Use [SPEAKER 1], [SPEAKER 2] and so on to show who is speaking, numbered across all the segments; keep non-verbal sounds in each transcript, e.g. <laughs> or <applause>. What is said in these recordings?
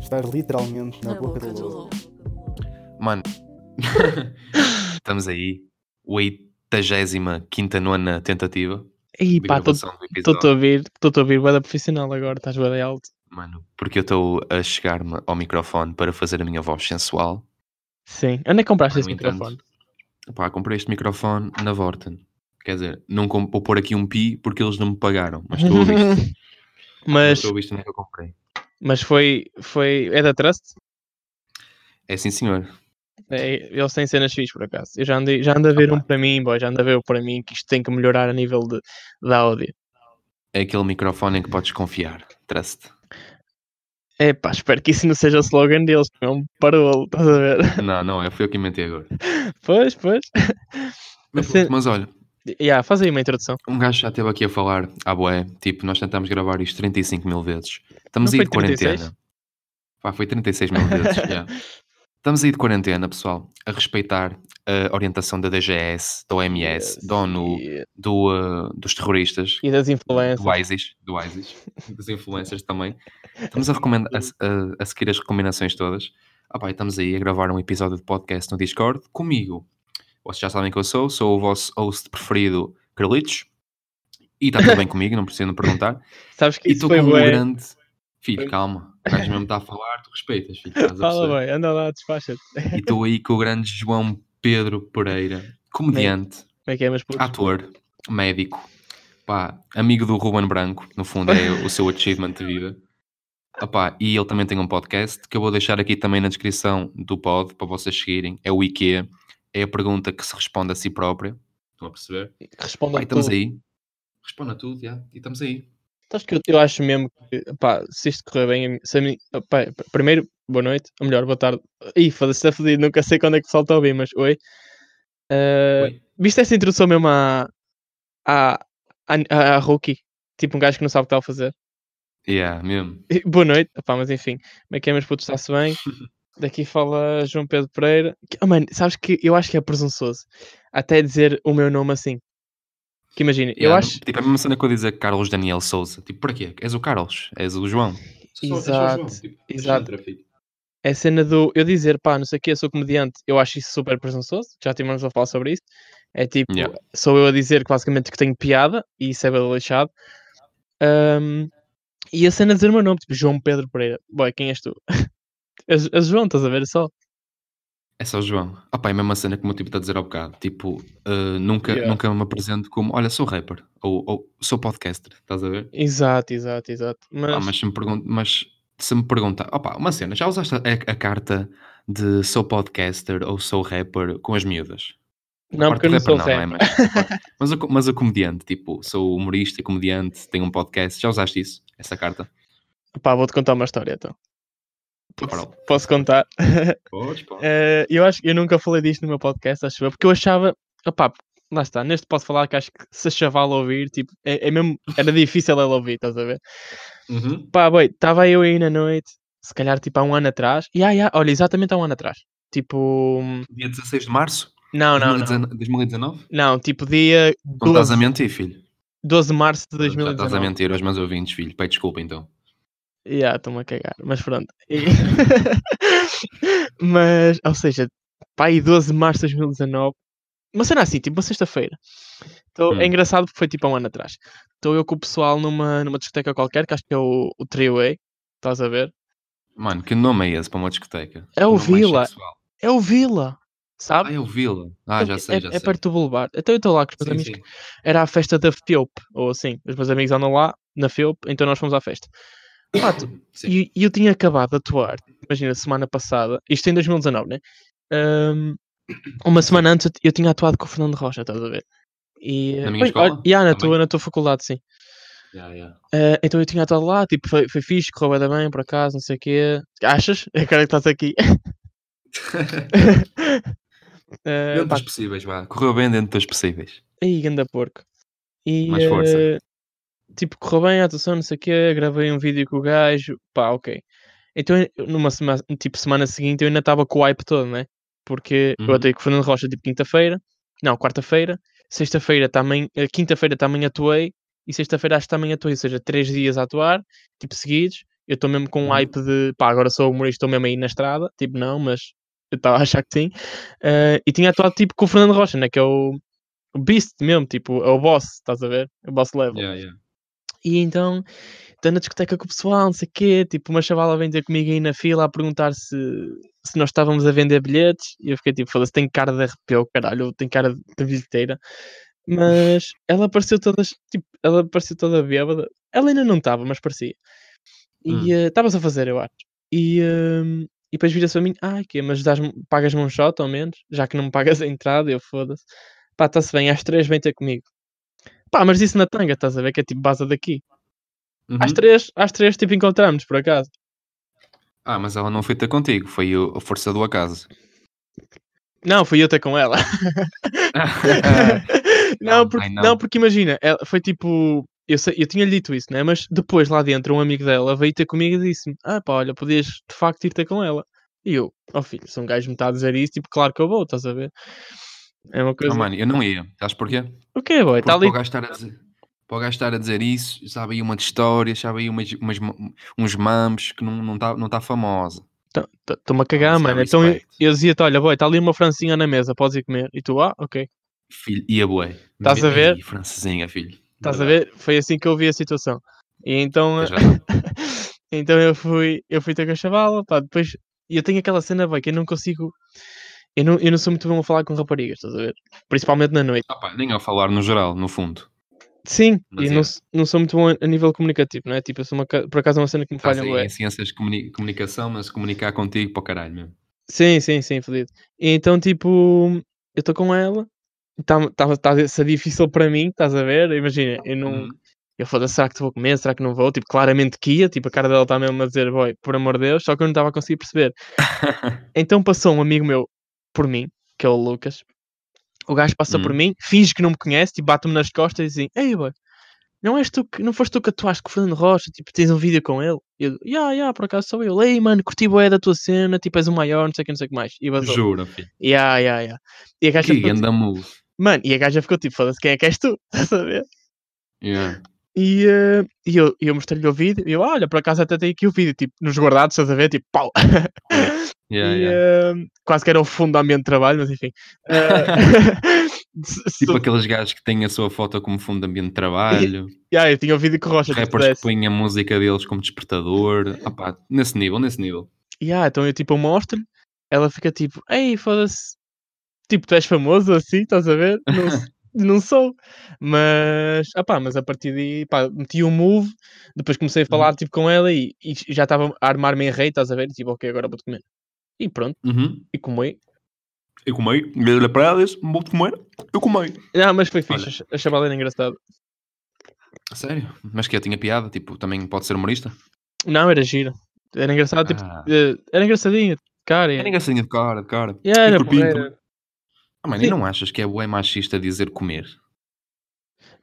[SPEAKER 1] Estás literalmente na, boca, do lobo.
[SPEAKER 2] <laughs>
[SPEAKER 3] Mano, estamos aí. 85 nona tentativa.
[SPEAKER 2] E
[SPEAKER 3] de
[SPEAKER 2] pá, estou
[SPEAKER 3] gravação do
[SPEAKER 2] a
[SPEAKER 3] episódio.
[SPEAKER 2] ouvir, estou a ouvir, bué da profissional agora, estás bué da alto.
[SPEAKER 3] Mano, porque eu estou a chegar-me ao microfone para fazer a minha voz sensual.
[SPEAKER 2] Sim. Onde é que compraste
[SPEAKER 3] No
[SPEAKER 2] esse
[SPEAKER 3] entanto,
[SPEAKER 2] microfone?
[SPEAKER 3] Pá, comprei este microfone na Vorten. Quer dizer, não com- vou pôr aqui um pi porque eles não me pagaram, mas estou a
[SPEAKER 2] <laughs>
[SPEAKER 3] ouvir.
[SPEAKER 2] mas,
[SPEAKER 3] Estou a ouvir onde é que eu comprei.
[SPEAKER 2] mas foi, foi. É da Trust?
[SPEAKER 3] É sim, senhor.
[SPEAKER 2] É, eles têm cenas fixas, por acaso. Eu já andei, já ando a ver
[SPEAKER 3] Opa.
[SPEAKER 2] um para mim, boy, já ando a ver o para mim, que isto tem que melhorar a nível de, de áudio.
[SPEAKER 3] É aquele microfone em que podes confiar.
[SPEAKER 2] <laughs>
[SPEAKER 3] Trust.
[SPEAKER 2] É pá, espero que isso não seja o slogan deles, porque é um parolo, estás a ver? <laughs>
[SPEAKER 3] Não, não, é, fui eu que inventei agora.
[SPEAKER 2] Pois, pois. Mas,
[SPEAKER 3] Mas,
[SPEAKER 2] se-
[SPEAKER 3] mas olha,
[SPEAKER 2] Ya, faz aí uma introdução.
[SPEAKER 3] um gajo já esteve aqui a falar à boé. Tipo, nós tentámos gravar isto 35 mil vezes.
[SPEAKER 2] Não
[SPEAKER 3] Estamos aí
[SPEAKER 2] foi
[SPEAKER 3] de
[SPEAKER 2] 36?
[SPEAKER 3] quarentena. Pá, foi 36 mil vezes. já.
[SPEAKER 2] <laughs>
[SPEAKER 3] Estamos aí de quarentena, pessoal, a respeitar a orientação da DGS, da OMS, da ONU,
[SPEAKER 2] E,
[SPEAKER 3] do, uh, dos terroristas,
[SPEAKER 2] e das
[SPEAKER 3] do
[SPEAKER 2] influências.
[SPEAKER 3] ISIS, do ISIS, dos influencers também. Estamos a, recomenda- a- a- a seguir as recomendações todas. Ah, pá, e estamos aí a gravar um episódio de podcast no Discord comigo. Vocês já sabem que eu sou, sou o vosso host preferido, Carlitos. E está
[SPEAKER 2] <laughs>
[SPEAKER 3] tudo bem comigo, não precisam perguntar.
[SPEAKER 2] Sabes que
[SPEAKER 3] E
[SPEAKER 2] isso
[SPEAKER 3] estou com
[SPEAKER 2] foi
[SPEAKER 3] um
[SPEAKER 2] bué.
[SPEAKER 3] grande. Filho, calma. O gajo mesmo está a falar, tu respeitas, filho. estás a perceber?
[SPEAKER 2] Fala bem, anda lá, despacha-te. Como
[SPEAKER 3] E estou aí com o grande João Pedro Pereira, comediante,
[SPEAKER 2] é que é, mas putos?
[SPEAKER 3] ator, médico, pá, amigo do Ruben Branco, no fundo é o
[SPEAKER 2] <laughs>
[SPEAKER 3] seu achievement de vida. Opá, e ele também tem um podcast que eu vou deixar aqui também na descrição do pod para vocês seguirem. É o IKEA, é a pergunta que se responde a si própria. Estão a perceber?
[SPEAKER 2] Responda
[SPEAKER 3] Pá, e estamos
[SPEAKER 2] tudo.
[SPEAKER 3] aí. Responde a tudo, já. E estamos aí.
[SPEAKER 2] Sabes que eu, eu acho mesmo que, pá, se isto correr bem, a mim- se a mim- ah, pá, pr- primeiro, boa noite, ou melhor, boa tarde. Ih, foda-se, está fodido, nunca sei quando é que o pessoal está a ouvir, mas oi. Ah,
[SPEAKER 3] Oi.
[SPEAKER 2] Viste essa introdução mesmo à, à, à, à rookie? Tipo um gajo que não sabe o que está a fazer.
[SPEAKER 3] Yeah, mesmo.
[SPEAKER 2] Boa noite, pá, mas enfim, como é que é, meus putos,
[SPEAKER 3] <laughs>
[SPEAKER 2] está-se bem? Daqui fala João Pedro Pereira. Que- Oh, mano, sabes que eu acho que é presunçoso até dizer o meu nome assim. Que imagina, eu
[SPEAKER 3] Yeah,
[SPEAKER 2] acho.
[SPEAKER 3] não- Tipo, é a mesma cena que eu dizer Carlos Daniel Souza. Tipo, para quê? És o Carlos, és o João. Sou- és só o João,
[SPEAKER 2] Exato,
[SPEAKER 3] tipo,
[SPEAKER 2] exato.
[SPEAKER 3] Alexandre, filho.
[SPEAKER 2] É a cena do eu dizer, pá, não sei o que, sou comediante, eu acho isso super presunçoso, já tivemos a falar sobre isso. É tipo,
[SPEAKER 3] Yeah.
[SPEAKER 2] sou eu a dizer que basicamente que tenho piada, e isso é bem lixado. Ahm, e a cena de dizer o meu nome, tipo, João Pedro Pereira. Boy, quem és tu? <laughs> és, és João, estás a ver só?
[SPEAKER 3] É só o João. Ah pá, é a mesma cena como o tipo está a dizer ao bocado. Tipo, eh, nunca,
[SPEAKER 2] Yeah.
[SPEAKER 3] nunca me apresento como, olha, sou rapper. Ou, ou sou podcaster, estás a ver?
[SPEAKER 2] Exato, exato, exato. Mas,
[SPEAKER 3] Ah, mas se me, pergun mas se me perguntar, opá, uma cena, já usaste a, a carta de sou podcaster ou sou rapper com as miúdas? A
[SPEAKER 2] não,
[SPEAKER 3] parte
[SPEAKER 2] porque eu
[SPEAKER 3] do
[SPEAKER 2] não sou
[SPEAKER 3] rapper não é? Mas,
[SPEAKER 2] rapper.
[SPEAKER 3] <laughs> mas, o, co- mas o comediante, tipo, sou humorista, comediante, tenho um podcast. Já usaste isso? Essa carta?
[SPEAKER 2] Pá, vou-te contar uma história então.
[SPEAKER 3] Pronto.
[SPEAKER 2] Posso contar?
[SPEAKER 3] Podes, podes.
[SPEAKER 2] Eh, eu acho que eu nunca falei disto no meu podcast, acho eu, porque eu achava, opá, lá está, neste posso falar que acho que se a chaval ouvir, tipo, é, é mesmo, era difícil ela ouvir, estás a ver? É.
[SPEAKER 3] Uhum.
[SPEAKER 2] Pá, boi, estava eu aí na noite, se calhar tipo há um ano atrás, e ai, ai, olha, exatamente há um ano atrás, tipo,
[SPEAKER 3] Dia 16 de março
[SPEAKER 2] não, não, não,
[SPEAKER 3] 2019? 2019?
[SPEAKER 2] não, tipo dia
[SPEAKER 3] Não estás a
[SPEAKER 2] 12,
[SPEAKER 3] mentir, filho.
[SPEAKER 2] 12 de março de
[SPEAKER 3] Já estás a
[SPEAKER 2] 2019.
[SPEAKER 3] mentir aos meus ouvintes, filho. Pai, desculpa então.
[SPEAKER 2] Ya, estou-me a cagar, mas pronto. E- <laughs> mas, ou seja, pá, aí 12 de março de 2019, uma cena assim, tipo uma sexta-feira. Então,
[SPEAKER 3] Hum.
[SPEAKER 2] É engraçado porque foi tipo há um ano atrás. Estou eu com o pessoal numa, numa discoteca qualquer, que acho que é o, o Treeway, estás a ver?
[SPEAKER 3] Mano, que nome é esse para uma discoteca?
[SPEAKER 2] É o
[SPEAKER 3] Nome mais
[SPEAKER 2] Vila.
[SPEAKER 3] sexual.
[SPEAKER 2] É o
[SPEAKER 3] Ah,
[SPEAKER 2] Vila, sabe?
[SPEAKER 3] é o Vila. Ah, já
[SPEAKER 2] É-
[SPEAKER 3] sei,
[SPEAKER 2] é,
[SPEAKER 3] já
[SPEAKER 2] é
[SPEAKER 3] sei.
[SPEAKER 2] perto do Boulevard. Então eu estou lá com os meus
[SPEAKER 3] Sim,
[SPEAKER 2] amigos.
[SPEAKER 3] sim.
[SPEAKER 2] Era a festa da FIOP, ou assim. Os meus amigos andam lá, na FIOP, então nós fomos à festa. Pá, tu-
[SPEAKER 3] Sim.
[SPEAKER 2] E e eu tinha acabado de atuar, imagina, semana passada, isto em 2019, né? Ahm, uma semana antes eu ti- eu tinha atuado com o Fernando Rocha, estás a ver? E,
[SPEAKER 3] Na
[SPEAKER 2] eh,
[SPEAKER 3] minha
[SPEAKER 2] pois,
[SPEAKER 3] escola?
[SPEAKER 2] olha, yeah, na,
[SPEAKER 3] Também.
[SPEAKER 2] tua, na tua faculdade, sim.
[SPEAKER 3] Já,
[SPEAKER 2] <laughs>
[SPEAKER 3] já.
[SPEAKER 2] Ah, então eu tinha atuado lá, tipo, foi, foi fixe, correu bem, bem, por acaso, não sei o quê. Achas? <laughs> É cara que estás aqui. Ah,
[SPEAKER 3] É Dentro
[SPEAKER 2] pá,
[SPEAKER 3] dos possíveis, vá. Correu bem dentro dos possíveis.
[SPEAKER 2] Aí, ganda porco. E,
[SPEAKER 3] Mais força.
[SPEAKER 2] eh, tipo, correu bem a atuação, não sei o quê, gravei um vídeo com o gajo, pá, ok. Então, eu- numa semana, tipo, semana seguinte, eu ainda estava com o hype todo, né? Porque eu
[SPEAKER 3] Uhum.
[SPEAKER 2] atuei com o Fernando Rocha, tipo, quinta-feira, não, quarta-feira, sexta-feira também, eh, quinta-feira também atuei, e sexta-feira acho que também atuei, ou seja, três dias a atuar, tipo, seguidos, Eu estou mesmo
[SPEAKER 3] Uhum.
[SPEAKER 2] com um hype de pá, agora sou humorista, estou mesmo aí na estrada. Tipo, não, mas eu estava a achar que sim. Eh, e tinha atuado tipo com o Fernando Rocha, né? Que é o, o Beast mesmo, tipo, é o boss, estás a ver? É O boss level.
[SPEAKER 3] Yeah, yeah.
[SPEAKER 2] E então, estou na discoteca com o pessoal, não sei o quê, tipo, uma chavala vem ter comigo aí na fila a perguntar se, se nós estávamos a vender bilhetes, e eu fiquei tipo, foda-se, tem cara de arrepio, caralho, tem cara de de bilheteira. Mas ela apareceu toda, tipo, ela apareceu toda bêbada. Ela ainda não estava, mas parecia.
[SPEAKER 3] Hum.
[SPEAKER 2] E eh, estava-se a fazer, eu acho. E, eh, e depois vira-se para mim, ah, que mas dás-me- pagas-me um shot ao menos, já que não me pagas a entrada, eu foda-se. Pá, está-se bem, às três vem ter comigo. Pá, mas isso na tanga, estás a ver, que é tipo baza daqui.
[SPEAKER 3] Uhum.
[SPEAKER 2] Às três, às três, tipo, encontramos, por acaso.
[SPEAKER 3] Ah, mas ela não foi ter contigo, foi o- a força do
[SPEAKER 2] <laughs>
[SPEAKER 3] acaso.
[SPEAKER 2] Não, fui eu ter com ela. não,
[SPEAKER 3] Ah, Não,
[SPEAKER 2] porque,
[SPEAKER 3] ai,
[SPEAKER 2] <laughs> não.
[SPEAKER 3] não.
[SPEAKER 2] porque imagina, ela- foi tipo. Eu, sei- eu tinha-lhe dito isso, né? Mas depois lá dentro, um amigo dela veio ter comigo e disse-me: Ah, pá, olha, podias de facto ir ter com ela. E eu, ó filho, se um gajo me está a dizer isso, tipo, claro que eu vou, estás a ver? É uma
[SPEAKER 3] Ah,
[SPEAKER 2] coisa.
[SPEAKER 3] mano, eu não ia. Sabes porquê?
[SPEAKER 2] o que é, boy?
[SPEAKER 3] Porque
[SPEAKER 2] Está ali.
[SPEAKER 3] para o gajo estar a dizer, para o gajo estar a dizer isso, sabe aí uma de história, sabe aí umas, umas, uns mambos que não está não tá famosa.
[SPEAKER 2] Estou-me a cagar,
[SPEAKER 3] isso é
[SPEAKER 2] mano. Então eu,
[SPEAKER 3] respect.
[SPEAKER 2] eu dizia-te: Olha, boy, está ali uma francinha na mesa, podes ir comer. E tu, ah, ok.
[SPEAKER 3] Filho, e a boi.
[SPEAKER 2] Estás a ver?
[SPEAKER 3] Ih, francesinha, filho.
[SPEAKER 2] Estás a ver? Foi assim que eu vi a situação. E então.
[SPEAKER 3] Tens razão.
[SPEAKER 2] <laughs> então eu fui, eu fui ter com a chavala, pá, depois e eu tenho aquela cena, bem, que eu não consigo. Eu não, eu não sou muito bom a falar com raparigas, estás a ver? Principalmente na noite.
[SPEAKER 3] Ah, pá, nem ao falar no geral, no fundo.
[SPEAKER 2] Sim, e
[SPEAKER 3] Mas
[SPEAKER 2] não,
[SPEAKER 3] é.
[SPEAKER 2] s- não sou muito bom a, a nível comunicativo, não é? Tipo, eu sou uma, ca- por acaso é uma cena que me
[SPEAKER 3] Estás
[SPEAKER 2] falha,
[SPEAKER 3] aí
[SPEAKER 2] bué.
[SPEAKER 3] em ciências de comuni- comunicação, mas comunicar contigo para o caralho mesmo.
[SPEAKER 2] Sim, sim, sim, fodido. E então, tipo, eu estou com ela, está-se tá, tá a ser difícil para mim, estás a ver? Imagina, eu não,
[SPEAKER 3] Uhum.
[SPEAKER 2] Eu foda será que vou comer? Será que não vou? Tipo, claramente que ia, tipo, a cara dela está mesmo a dizer, boy, por amor de Deus, só que eu não estava a conseguir
[SPEAKER 3] <laughs>
[SPEAKER 2] perceber. então passou um amigo meu por mim, que é o Lucas. O gajo passa por
[SPEAKER 3] Hum.
[SPEAKER 2] mim, finge que não me conhece, tipo, bate-me nas costas e diz assim, ei, boy, não és tu que, não foste tu que atuaste com o Fernando Rocha, tipo, tens um vídeo com ele? E eu, ya, ya, por acaso sou eu. Ei, mano, curti boé da tua cena, tipo, és o maior, não sei o que, não sei o que mais. E vazou.
[SPEAKER 3] Juro, filho.
[SPEAKER 2] Ya, ya, ya. E a gaja
[SPEAKER 3] Que
[SPEAKER 2] ficou, tipo,
[SPEAKER 3] ganda move.
[SPEAKER 2] mano, e a gaja ficou tipo, foda-se, quem é que és tu? <laughs> Estás a ver?
[SPEAKER 3] Yeah.
[SPEAKER 2] E, eh, e eu, e eu mostrei-lhe o vídeo e eu, "Ah, olha, por acaso até tem aqui o vídeo, tipo, nos guardados, estás a ver, tipo, pau.
[SPEAKER 3] Yeah,
[SPEAKER 2] e,
[SPEAKER 3] yeah.
[SPEAKER 2] eh, quase que era um fundo ambiente de trabalho, mas enfim. Eh, <laughs> se- se-
[SPEAKER 3] Tipo aqueles gajos que têm a sua foto como fundo de ambiente de
[SPEAKER 2] <laughs>
[SPEAKER 3] trabalho,
[SPEAKER 2] Ya, eu tinha o vídeo com rocha, tipo,
[SPEAKER 3] rappers que
[SPEAKER 2] pudesse.
[SPEAKER 3] põem a música deles como despertador. Ah, pá, nesse nível, nesse nível.
[SPEAKER 2] Ya, então eu, tipo, eu mostro-lhe, ela fica tipo, ei, foda-se, tipo, tu és famoso assim, estás a ver? Não,
[SPEAKER 3] <laughs>
[SPEAKER 2] s- não sou. Mas, ah pá, mas a partir daí, pá, meti um move, depois comecei a
[SPEAKER 3] Uhum.
[SPEAKER 2] falar, tipo, com ela e, e já estava a armar-me em rei, estás a ver? Tipo, ok, agora vou-te comer. E pronto.
[SPEAKER 3] Uhum.
[SPEAKER 2] E comei.
[SPEAKER 3] Eu comei, olha para ela e disse, vou comer, eu comei.
[SPEAKER 2] Não, mas foi fixe.
[SPEAKER 3] Olha.
[SPEAKER 2] a cha- A chavala era engraçada.
[SPEAKER 3] Sério? Mas que eu tinha piada, tipo, também pode ser humorista?
[SPEAKER 2] Não, era gira. Era engraçado, tipo,
[SPEAKER 3] Ah.
[SPEAKER 2] eh, era engraçadinha, cara.
[SPEAKER 3] É
[SPEAKER 2] Era,
[SPEAKER 3] engraçadinho de cara, de cara.
[SPEAKER 2] yeah, era
[SPEAKER 3] corpinho
[SPEAKER 2] porreira.
[SPEAKER 3] também. Ah, mano,
[SPEAKER 2] Sim.
[SPEAKER 3] e não achas que é bué machista dizer comer?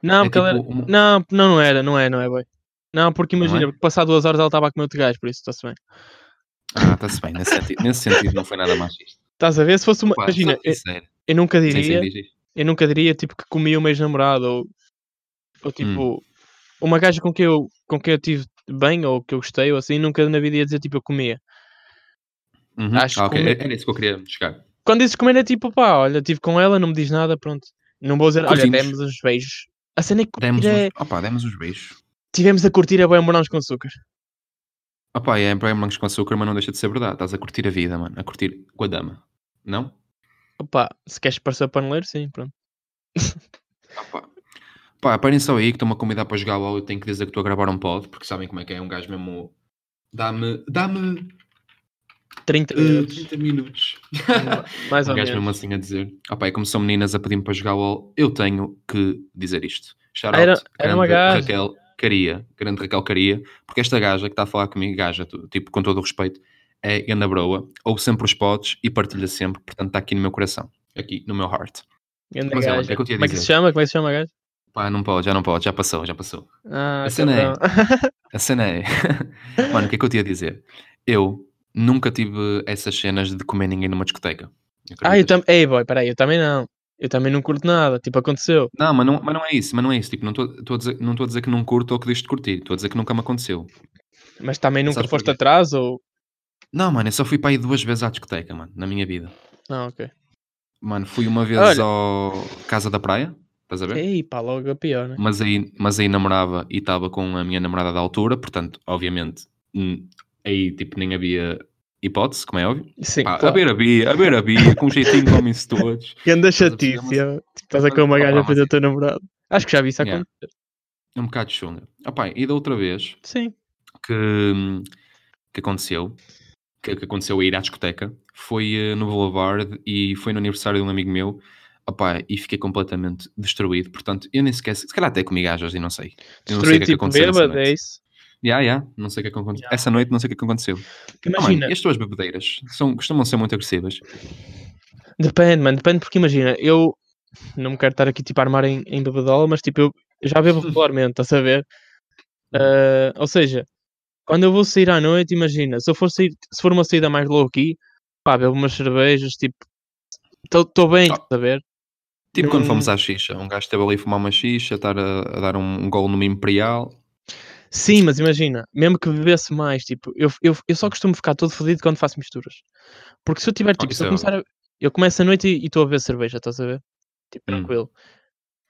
[SPEAKER 2] Não,
[SPEAKER 3] é
[SPEAKER 2] porque ela era...
[SPEAKER 3] tipo uma-
[SPEAKER 2] não, não, não era, não é, não é, boi. Não, porque
[SPEAKER 3] Não
[SPEAKER 2] imagina,
[SPEAKER 3] é?
[SPEAKER 2] porque passar duas horas ela estava a comer outro gajo, por isso está-se bem.
[SPEAKER 3] Ah, está-se bem, nesse sentido, nesse sentido não foi nada machista.
[SPEAKER 2] Estás a ver? Se fosse uma.
[SPEAKER 3] Pá,
[SPEAKER 2] imagina,
[SPEAKER 3] sou
[SPEAKER 2] eu,
[SPEAKER 3] sincero.
[SPEAKER 2] eu nunca
[SPEAKER 3] Sim, sim,
[SPEAKER 2] diria,
[SPEAKER 3] diz, diz.
[SPEAKER 2] eu nunca diria, tipo, que comia uma ex-namorada ou,
[SPEAKER 3] Hum.
[SPEAKER 2] ou tipo, uma gaja com quem, eu, com quem eu tive bem ou que eu gostei ou assim, nunca na vida ia dizer, tipo, eu comia.
[SPEAKER 3] Uhum.
[SPEAKER 2] Acho
[SPEAKER 3] ah, ok,
[SPEAKER 2] que comer-
[SPEAKER 3] era isso que eu queria chegar.
[SPEAKER 2] Quando dizes comer é tipo, pá, olha, estive com ela, não me diz nada, pronto. Não vou dizer, olha,
[SPEAKER 3] Cozinhos.
[SPEAKER 2] demos uns beijos. A cena é que curtir
[SPEAKER 3] Demos
[SPEAKER 2] é,
[SPEAKER 3] uns, opá, demos uns beijos.
[SPEAKER 2] tivemos a curtir a bem morangos com açúcar.
[SPEAKER 3] Opá, é para morangos com açúcar, mas não deixa de ser verdade. Estás a curtir a vida, mano, a curtir com a dama. Não?
[SPEAKER 2] Opa, se queres parecer paneleiro, sim, pronto.
[SPEAKER 3] Opa. Pá, parem só aí que estou-me a convidar para jogar LOL. Eu tenho que dizer que estou a gravar um pod, porque sabem como é que é. Um gajo mesmo. Dá-me. Dá-me.
[SPEAKER 2] 30
[SPEAKER 3] eh,
[SPEAKER 2] minutos.
[SPEAKER 3] 30 minutos.
[SPEAKER 2] mais
[SPEAKER 3] um
[SPEAKER 2] ou
[SPEAKER 3] gajo mesmo
[SPEAKER 2] menos.
[SPEAKER 3] assim a dizer. Opa, e como são meninas a pedir-me para jogar LOL, eu tenho que dizer isto. Shout
[SPEAKER 2] Era-
[SPEAKER 3] out,
[SPEAKER 2] era uma
[SPEAKER 3] grande
[SPEAKER 2] gaja.
[SPEAKER 3] Raquel Caria. Grande Raquel Caria. Porque esta gaja que está a falar comigo, gaja, tu- tipo, com todo o respeito, é ganda broa. Ouve sempre os pods e partilha sempre. Portanto, está aqui no meu coração. Aqui no meu heart.
[SPEAKER 2] Ganda
[SPEAKER 3] Mas é,
[SPEAKER 2] gaja.
[SPEAKER 3] é que eu tinha a
[SPEAKER 2] Como é que se
[SPEAKER 3] dizer.
[SPEAKER 2] chama? Como é que se chama, gajo?
[SPEAKER 3] Pá, não pode, já não pode, já passou, já passou.
[SPEAKER 2] Ah,
[SPEAKER 3] A cena é-
[SPEAKER 2] cabrão.
[SPEAKER 3] A cena é. <laughs> Mano, o que é que eu te ia dizer? Eu nunca tive essas cenas de comer ninguém numa discoteca.
[SPEAKER 2] <laughs> ah, eu
[SPEAKER 3] Acreditas?
[SPEAKER 2] também. Ei, boy, peraí, eu também não. Eu também não curto nada. Tipo, aconteceu.
[SPEAKER 3] Não, mas não, mas não é isso, mas não é isso. Tipo, não estou a dizer, não tô a dizer que não curto ou que deixo de curtir. Estou a dizer que nunca me aconteceu.
[SPEAKER 2] Mas também nunca
[SPEAKER 3] Sabes
[SPEAKER 2] foste
[SPEAKER 3] porquê?
[SPEAKER 2] atrás ou.
[SPEAKER 3] Não, mano, eu só fui para aí duas vezes à discoteca, mano, na minha vida.
[SPEAKER 2] Não, ok.
[SPEAKER 3] Tá Mano, fui uma vez
[SPEAKER 2] Olha.
[SPEAKER 3] ao Casa da Praia, estás a ver?
[SPEAKER 2] Ei, pá, logo a pior, né?
[SPEAKER 3] Mas aí, mas aí namorava e estava com a minha namorada da altura, portanto, obviamente, hum, aí tipo nem havia hipótese, como é óbvio.
[SPEAKER 2] Sim,
[SPEAKER 3] Pá, A
[SPEAKER 2] claro.
[SPEAKER 3] beira havia, a beira havia, com um jeitinho comem-se todos.
[SPEAKER 2] Ganda
[SPEAKER 3] a perceber,
[SPEAKER 2] chatice,
[SPEAKER 3] mas-
[SPEAKER 2] é. Tipo, estás a com uma
[SPEAKER 3] Opa,
[SPEAKER 2] gaja
[SPEAKER 3] mas- é-
[SPEAKER 2] para o teu namorado. Acho que já vi isso
[SPEAKER 3] Yeah.
[SPEAKER 2] acontecer.
[SPEAKER 3] É Um bocado chunga. Opa, e da outra vez
[SPEAKER 2] Sim.
[SPEAKER 3] que, hum, que aconteceu, que, que aconteceu a ir à discoteca, foi eh, no Boulevard e foi no aniversário de um amigo meu. Opa, e fiquei completamente destruído. Portanto, eu nem sequer, se calhar até comi gajas e não sei. Eu não sei o que
[SPEAKER 2] Destruir
[SPEAKER 3] é que
[SPEAKER 2] tipo
[SPEAKER 3] aconteceu nessa
[SPEAKER 2] bêbado,
[SPEAKER 3] noite.
[SPEAKER 2] é isso?
[SPEAKER 3] Ya, ya, não sei o que é que aconteceu.
[SPEAKER 2] Ya.
[SPEAKER 3] Essa noite não sei o que é que aconteceu.
[SPEAKER 2] Porque
[SPEAKER 3] Ah, mano,
[SPEAKER 2] imagina,
[SPEAKER 3] as tuas bebedeiras são, costumam ser muito agressivas.
[SPEAKER 2] depende, mano, depende porque imagina, eu não me quero estar aqui tipo a armar em, em bebedola, mas tipo, eu já
[SPEAKER 3] <laughs>
[SPEAKER 2] bebo regularmente, estás a saber? ou seja, quando eu vou sair à noite, imagina, se eu for sair, se for uma saída mais low key, pá, bebo umas cervejas, tipo, estou bem,
[SPEAKER 3] Ah.
[SPEAKER 2] estás a ver?
[SPEAKER 3] Tipo quando
[SPEAKER 2] Não-
[SPEAKER 3] fomos à xixa. Um gajo esteve ali a fumar uma xixa, estar a, a dar um, um gol numa imperial.
[SPEAKER 2] Sim, mas imagina, mesmo que bebesse mais, tipo, eu, eu, eu só costumo ficar todo fodido quando faço misturas. Porque se eu tiver, tipo,
[SPEAKER 3] isso
[SPEAKER 2] se eu
[SPEAKER 3] é
[SPEAKER 2] começar a... Eu começo a noite e estou a beber cerveja, estás a ver? Tipo,
[SPEAKER 3] Hum.
[SPEAKER 2] tranquilo.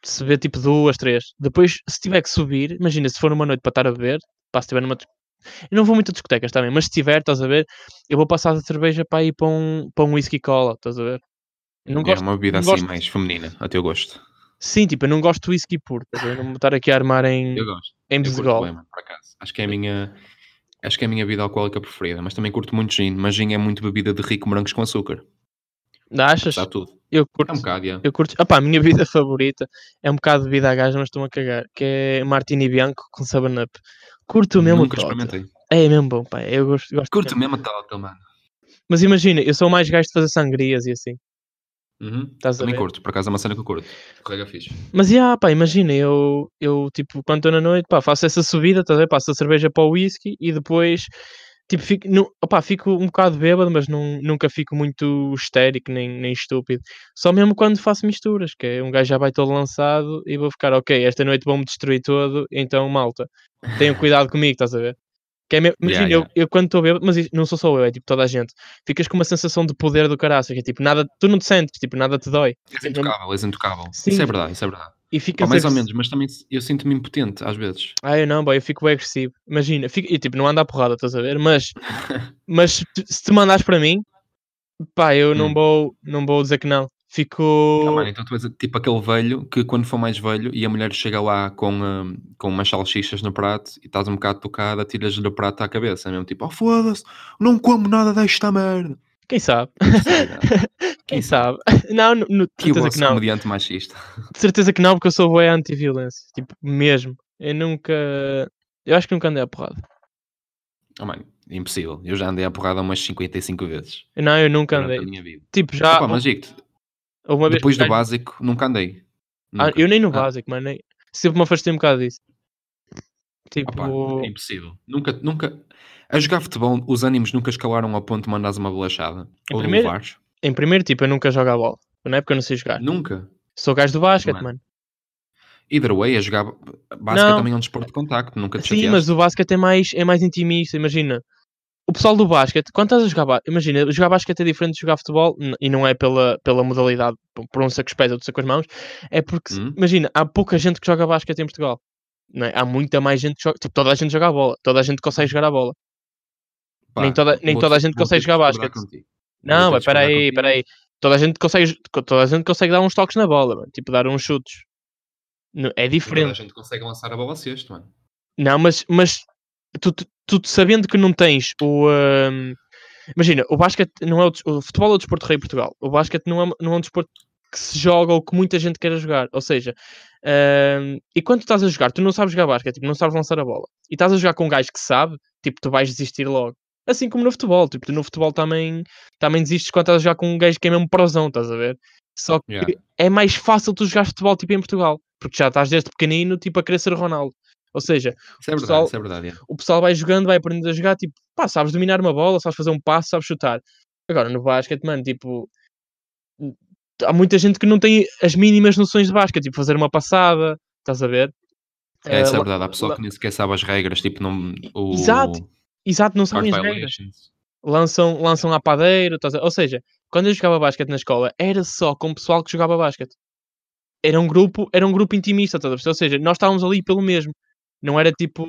[SPEAKER 2] Se beber, tipo, duas, três. Depois, se tiver que subir, imagina, se for uma noite para estar a beber, pá, se tiver numa... dis- Eu não vou muito a discotecas também, mas se tiver, estás a ver, eu vou passar da cerveja para ir para um, para um whisky cola, estás a ver? Eu não
[SPEAKER 3] é
[SPEAKER 2] gosto...
[SPEAKER 3] uma bebida
[SPEAKER 2] não
[SPEAKER 3] assim
[SPEAKER 2] gosto-
[SPEAKER 3] mais feminina, a teu gosto.
[SPEAKER 2] Sim, tipo, eu não gosto de whisky puro, estás a ver? Eu Não vou estar aqui a armar em,
[SPEAKER 3] Eu gosto.
[SPEAKER 2] em
[SPEAKER 3] Eu curto
[SPEAKER 2] Bezegol.
[SPEAKER 3] bem, mano, por acaso. Acho que é a minha... Acho que é a minha bebida alcoólica preferida, mas também curto muito gin, mas gin é muito bebida de rico morangos com açúcar.
[SPEAKER 2] Achas?
[SPEAKER 3] Está tudo.
[SPEAKER 2] Eu
[SPEAKER 3] É
[SPEAKER 2] curto...
[SPEAKER 3] um bocado, yeah.
[SPEAKER 2] Eu curto. Opá, a minha <laughs> vida favorita é um bocado de vida a gajo, mas estou-me a cagar. Que é Martini Bianco com 7-Up. Curto mesmo
[SPEAKER 3] Nunca
[SPEAKER 2] a tota.
[SPEAKER 3] experimentei.
[SPEAKER 2] É mesmo bom, pá. Eu gosto. gosto
[SPEAKER 3] Curto
[SPEAKER 2] mesmo.
[SPEAKER 3] mesmo a tal, mano.
[SPEAKER 2] Mas imagina, eu sou mais gajo de fazer sangrias e assim.
[SPEAKER 3] Uhum.
[SPEAKER 2] Estás a
[SPEAKER 3] Também
[SPEAKER 2] ver?
[SPEAKER 3] curto, por acaso é uma cena que eu curto. Correga fixe.
[SPEAKER 2] Mas yeah, pá, imagina, eu, eu tipo, quando estou na noite, pá, faço essa subida, estás a ver? Passo a cerveja para o whisky e depois, tipo, fico, nu- opá, fico um bocado bêbado, mas não, nunca fico muito histérico nem, nem estúpido. Só mesmo quando faço misturas, que é um gajo já vai todo lançado e vou ficar, ok, esta noite vão-me destruir todo, então malta, tenham cuidado comigo, estás a ver? Que é mesmo,
[SPEAKER 3] <laughs> Yeah,
[SPEAKER 2] imagina, Eu, eu quando estou bêbado, mas isso não sou só eu, é tipo toda a gente, ficas com uma sensação de poder do caraças, que é tipo, nada, tu não te sentes, tipo, nada te dói.
[SPEAKER 3] És É intocável, és intocável.
[SPEAKER 2] Sim.
[SPEAKER 3] Isso é verdade, isso é verdade.
[SPEAKER 2] E
[SPEAKER 3] Pá,
[SPEAKER 2] ficas
[SPEAKER 3] mais ou
[SPEAKER 2] agres-
[SPEAKER 3] menos, mas também se- eu sinto-me impotente às vezes.
[SPEAKER 2] Ah, eu não, boy, eu fico bem agressivo. Imagina, fico, e tipo, não anda a porrada, estás a
[SPEAKER 3] <laughs>
[SPEAKER 2] ver? Mas, mas se tu- se te mandares para mim, pá, eu não,
[SPEAKER 3] Hum.
[SPEAKER 2] vou, não vou dizer que não.
[SPEAKER 3] Ah,
[SPEAKER 2] Fico.
[SPEAKER 3] mano, então tu és tipo aquele velho que quando for mais velho e a mulher chega lá com, hum, com umas salsichas no prato e estás um bocado tocada, tiras-lhe o prato à cabeça, mesmo tipo, oh foda-se, não como nada desta merda.
[SPEAKER 2] Quem sabe? Quem
[SPEAKER 3] <laughs> Quem
[SPEAKER 2] sabe? <laughs> Não, no, no, de
[SPEAKER 3] Que o
[SPEAKER 2] certeza que
[SPEAKER 3] vosso
[SPEAKER 2] não.
[SPEAKER 3] um comediante machista.
[SPEAKER 2] De certeza que não, porque eu sou boé anti-violência. Tipo, mesmo. Eu nunca. Eu acho que nunca andei a porrada.
[SPEAKER 3] Ah, mano, é impossível. Eu já andei à porrada umas 55 vezes
[SPEAKER 2] Não, eu nunca
[SPEAKER 3] durante a
[SPEAKER 2] andei.
[SPEAKER 3] minha vida.
[SPEAKER 2] Tipo, já.
[SPEAKER 3] Opa, mas digo-te,
[SPEAKER 2] uma vez
[SPEAKER 3] depois
[SPEAKER 2] que
[SPEAKER 3] do
[SPEAKER 2] um gajo-
[SPEAKER 3] básico, nunca andei.
[SPEAKER 2] Ah,
[SPEAKER 3] Nunca.
[SPEAKER 2] eu nem no
[SPEAKER 3] Ah.
[SPEAKER 2] básico, mano. Nem... Sempre me afastei um bocado disso.
[SPEAKER 3] Opa,
[SPEAKER 2] Tipo.
[SPEAKER 3] é impossível. Nunca, nunca. A jogar futebol, os ânimos nunca escalaram ao ponto de mandares uma bolachada.
[SPEAKER 2] Em
[SPEAKER 3] ou de
[SPEAKER 2] primeiro-
[SPEAKER 3] levares.
[SPEAKER 2] Em primeiro, tipo, eu nunca jogo a bola. Na época eu não sei
[SPEAKER 3] Ah.
[SPEAKER 2] jogar.
[SPEAKER 3] Nunca.
[SPEAKER 2] Sou gajo do basquete,
[SPEAKER 3] Mano,
[SPEAKER 2] mano.
[SPEAKER 3] Either way, a jogar. Básica
[SPEAKER 2] Não.
[SPEAKER 3] também é um desporto de contacto. Nunca te
[SPEAKER 2] Sim,
[SPEAKER 3] chateaste.
[SPEAKER 2] mas o basquete é mais, é mais intimista, imagina. O pessoal do basquete, quando estás a jogar basquete, imagina, jogar basquete é diferente de jogar futebol, n- e não é pela, pela modalidade, por- por um saco os pés, outro saco as mãos, é porque, se-
[SPEAKER 3] Hum.
[SPEAKER 2] imagina, há pouca gente que joga basquete em Portugal. não é? Há muita mais gente que joga, tipo, toda a gente joga a bola, toda a gente consegue jogar a bola.
[SPEAKER 3] Pá,
[SPEAKER 2] nem toda- nem
[SPEAKER 3] vou-te-
[SPEAKER 2] toda a gente
[SPEAKER 3] vou-te
[SPEAKER 2] consegue jogar
[SPEAKER 3] discordar
[SPEAKER 2] basquete.
[SPEAKER 3] contigo.
[SPEAKER 2] Não,
[SPEAKER 3] Vou-te
[SPEAKER 2] mas espera
[SPEAKER 3] discordar
[SPEAKER 2] aí,
[SPEAKER 3] contigo.
[SPEAKER 2] espera aí. Toda a gente consegue, jo- co- toda a gente consegue dar uns toques na bola, mano, tipo, dar uns chutes. Não- É
[SPEAKER 3] Nem Toda
[SPEAKER 2] diferente.
[SPEAKER 3] a gente consegue lançar a bola a cesto, mano.
[SPEAKER 2] Não, mas, mas tu, tu- tu sabendo que não tens o. hum, imagina, o basquete não é o, des- o futebol é o desporto rei em Portugal. O basquete não é, não é um desporto que se joga ou que muita gente queira jogar. Ou seja, hum, e quando tu estás a jogar, tu não sabes jogar basquete, tipo, não sabes lançar a bola. E estás a jogar com um gajo que sabe, tipo, tu vais desistir logo. Assim como no futebol, tipo, tu no futebol também, também desistes quando estás a jogar com um gajo que é mesmo prozão, estás a ver? Só que
[SPEAKER 3] Yeah.
[SPEAKER 2] é mais fácil tu jogar futebol tipo em Portugal, porque já estás desde pequenino tipo a querer ser o Ronaldo. Ou seja,
[SPEAKER 3] Isso é verdade,
[SPEAKER 2] pessoal-
[SPEAKER 3] isso é verdade. é.
[SPEAKER 2] o pessoal vai jogando, vai aprendendo a jogar, tipo, pá, sabes dominar uma bola, sabes fazer um passo, sabes chutar. Agora, no basquete, mano, tipo, n- há muita gente que não tem as mínimas noções de basquete, tipo, fazer uma passada, estás a ver?
[SPEAKER 3] É,
[SPEAKER 2] Eh,
[SPEAKER 3] isso é
[SPEAKER 2] la-
[SPEAKER 3] verdade. Há pessoal
[SPEAKER 2] la-
[SPEAKER 3] que nem sequer sabe as regras, tipo, não. O...
[SPEAKER 2] Exato. Exato, não sabem as regras.
[SPEAKER 3] violations.
[SPEAKER 2] Lançam, lançam à padeira, estás a- ou seja, quando eu jogava basquete na escola, era só com o pessoal que jogava basquete. Era um grupo, era um grupo intimista, estás a perceber? Ou seja, nós estávamos ali pelo mesmo. Não era tipo.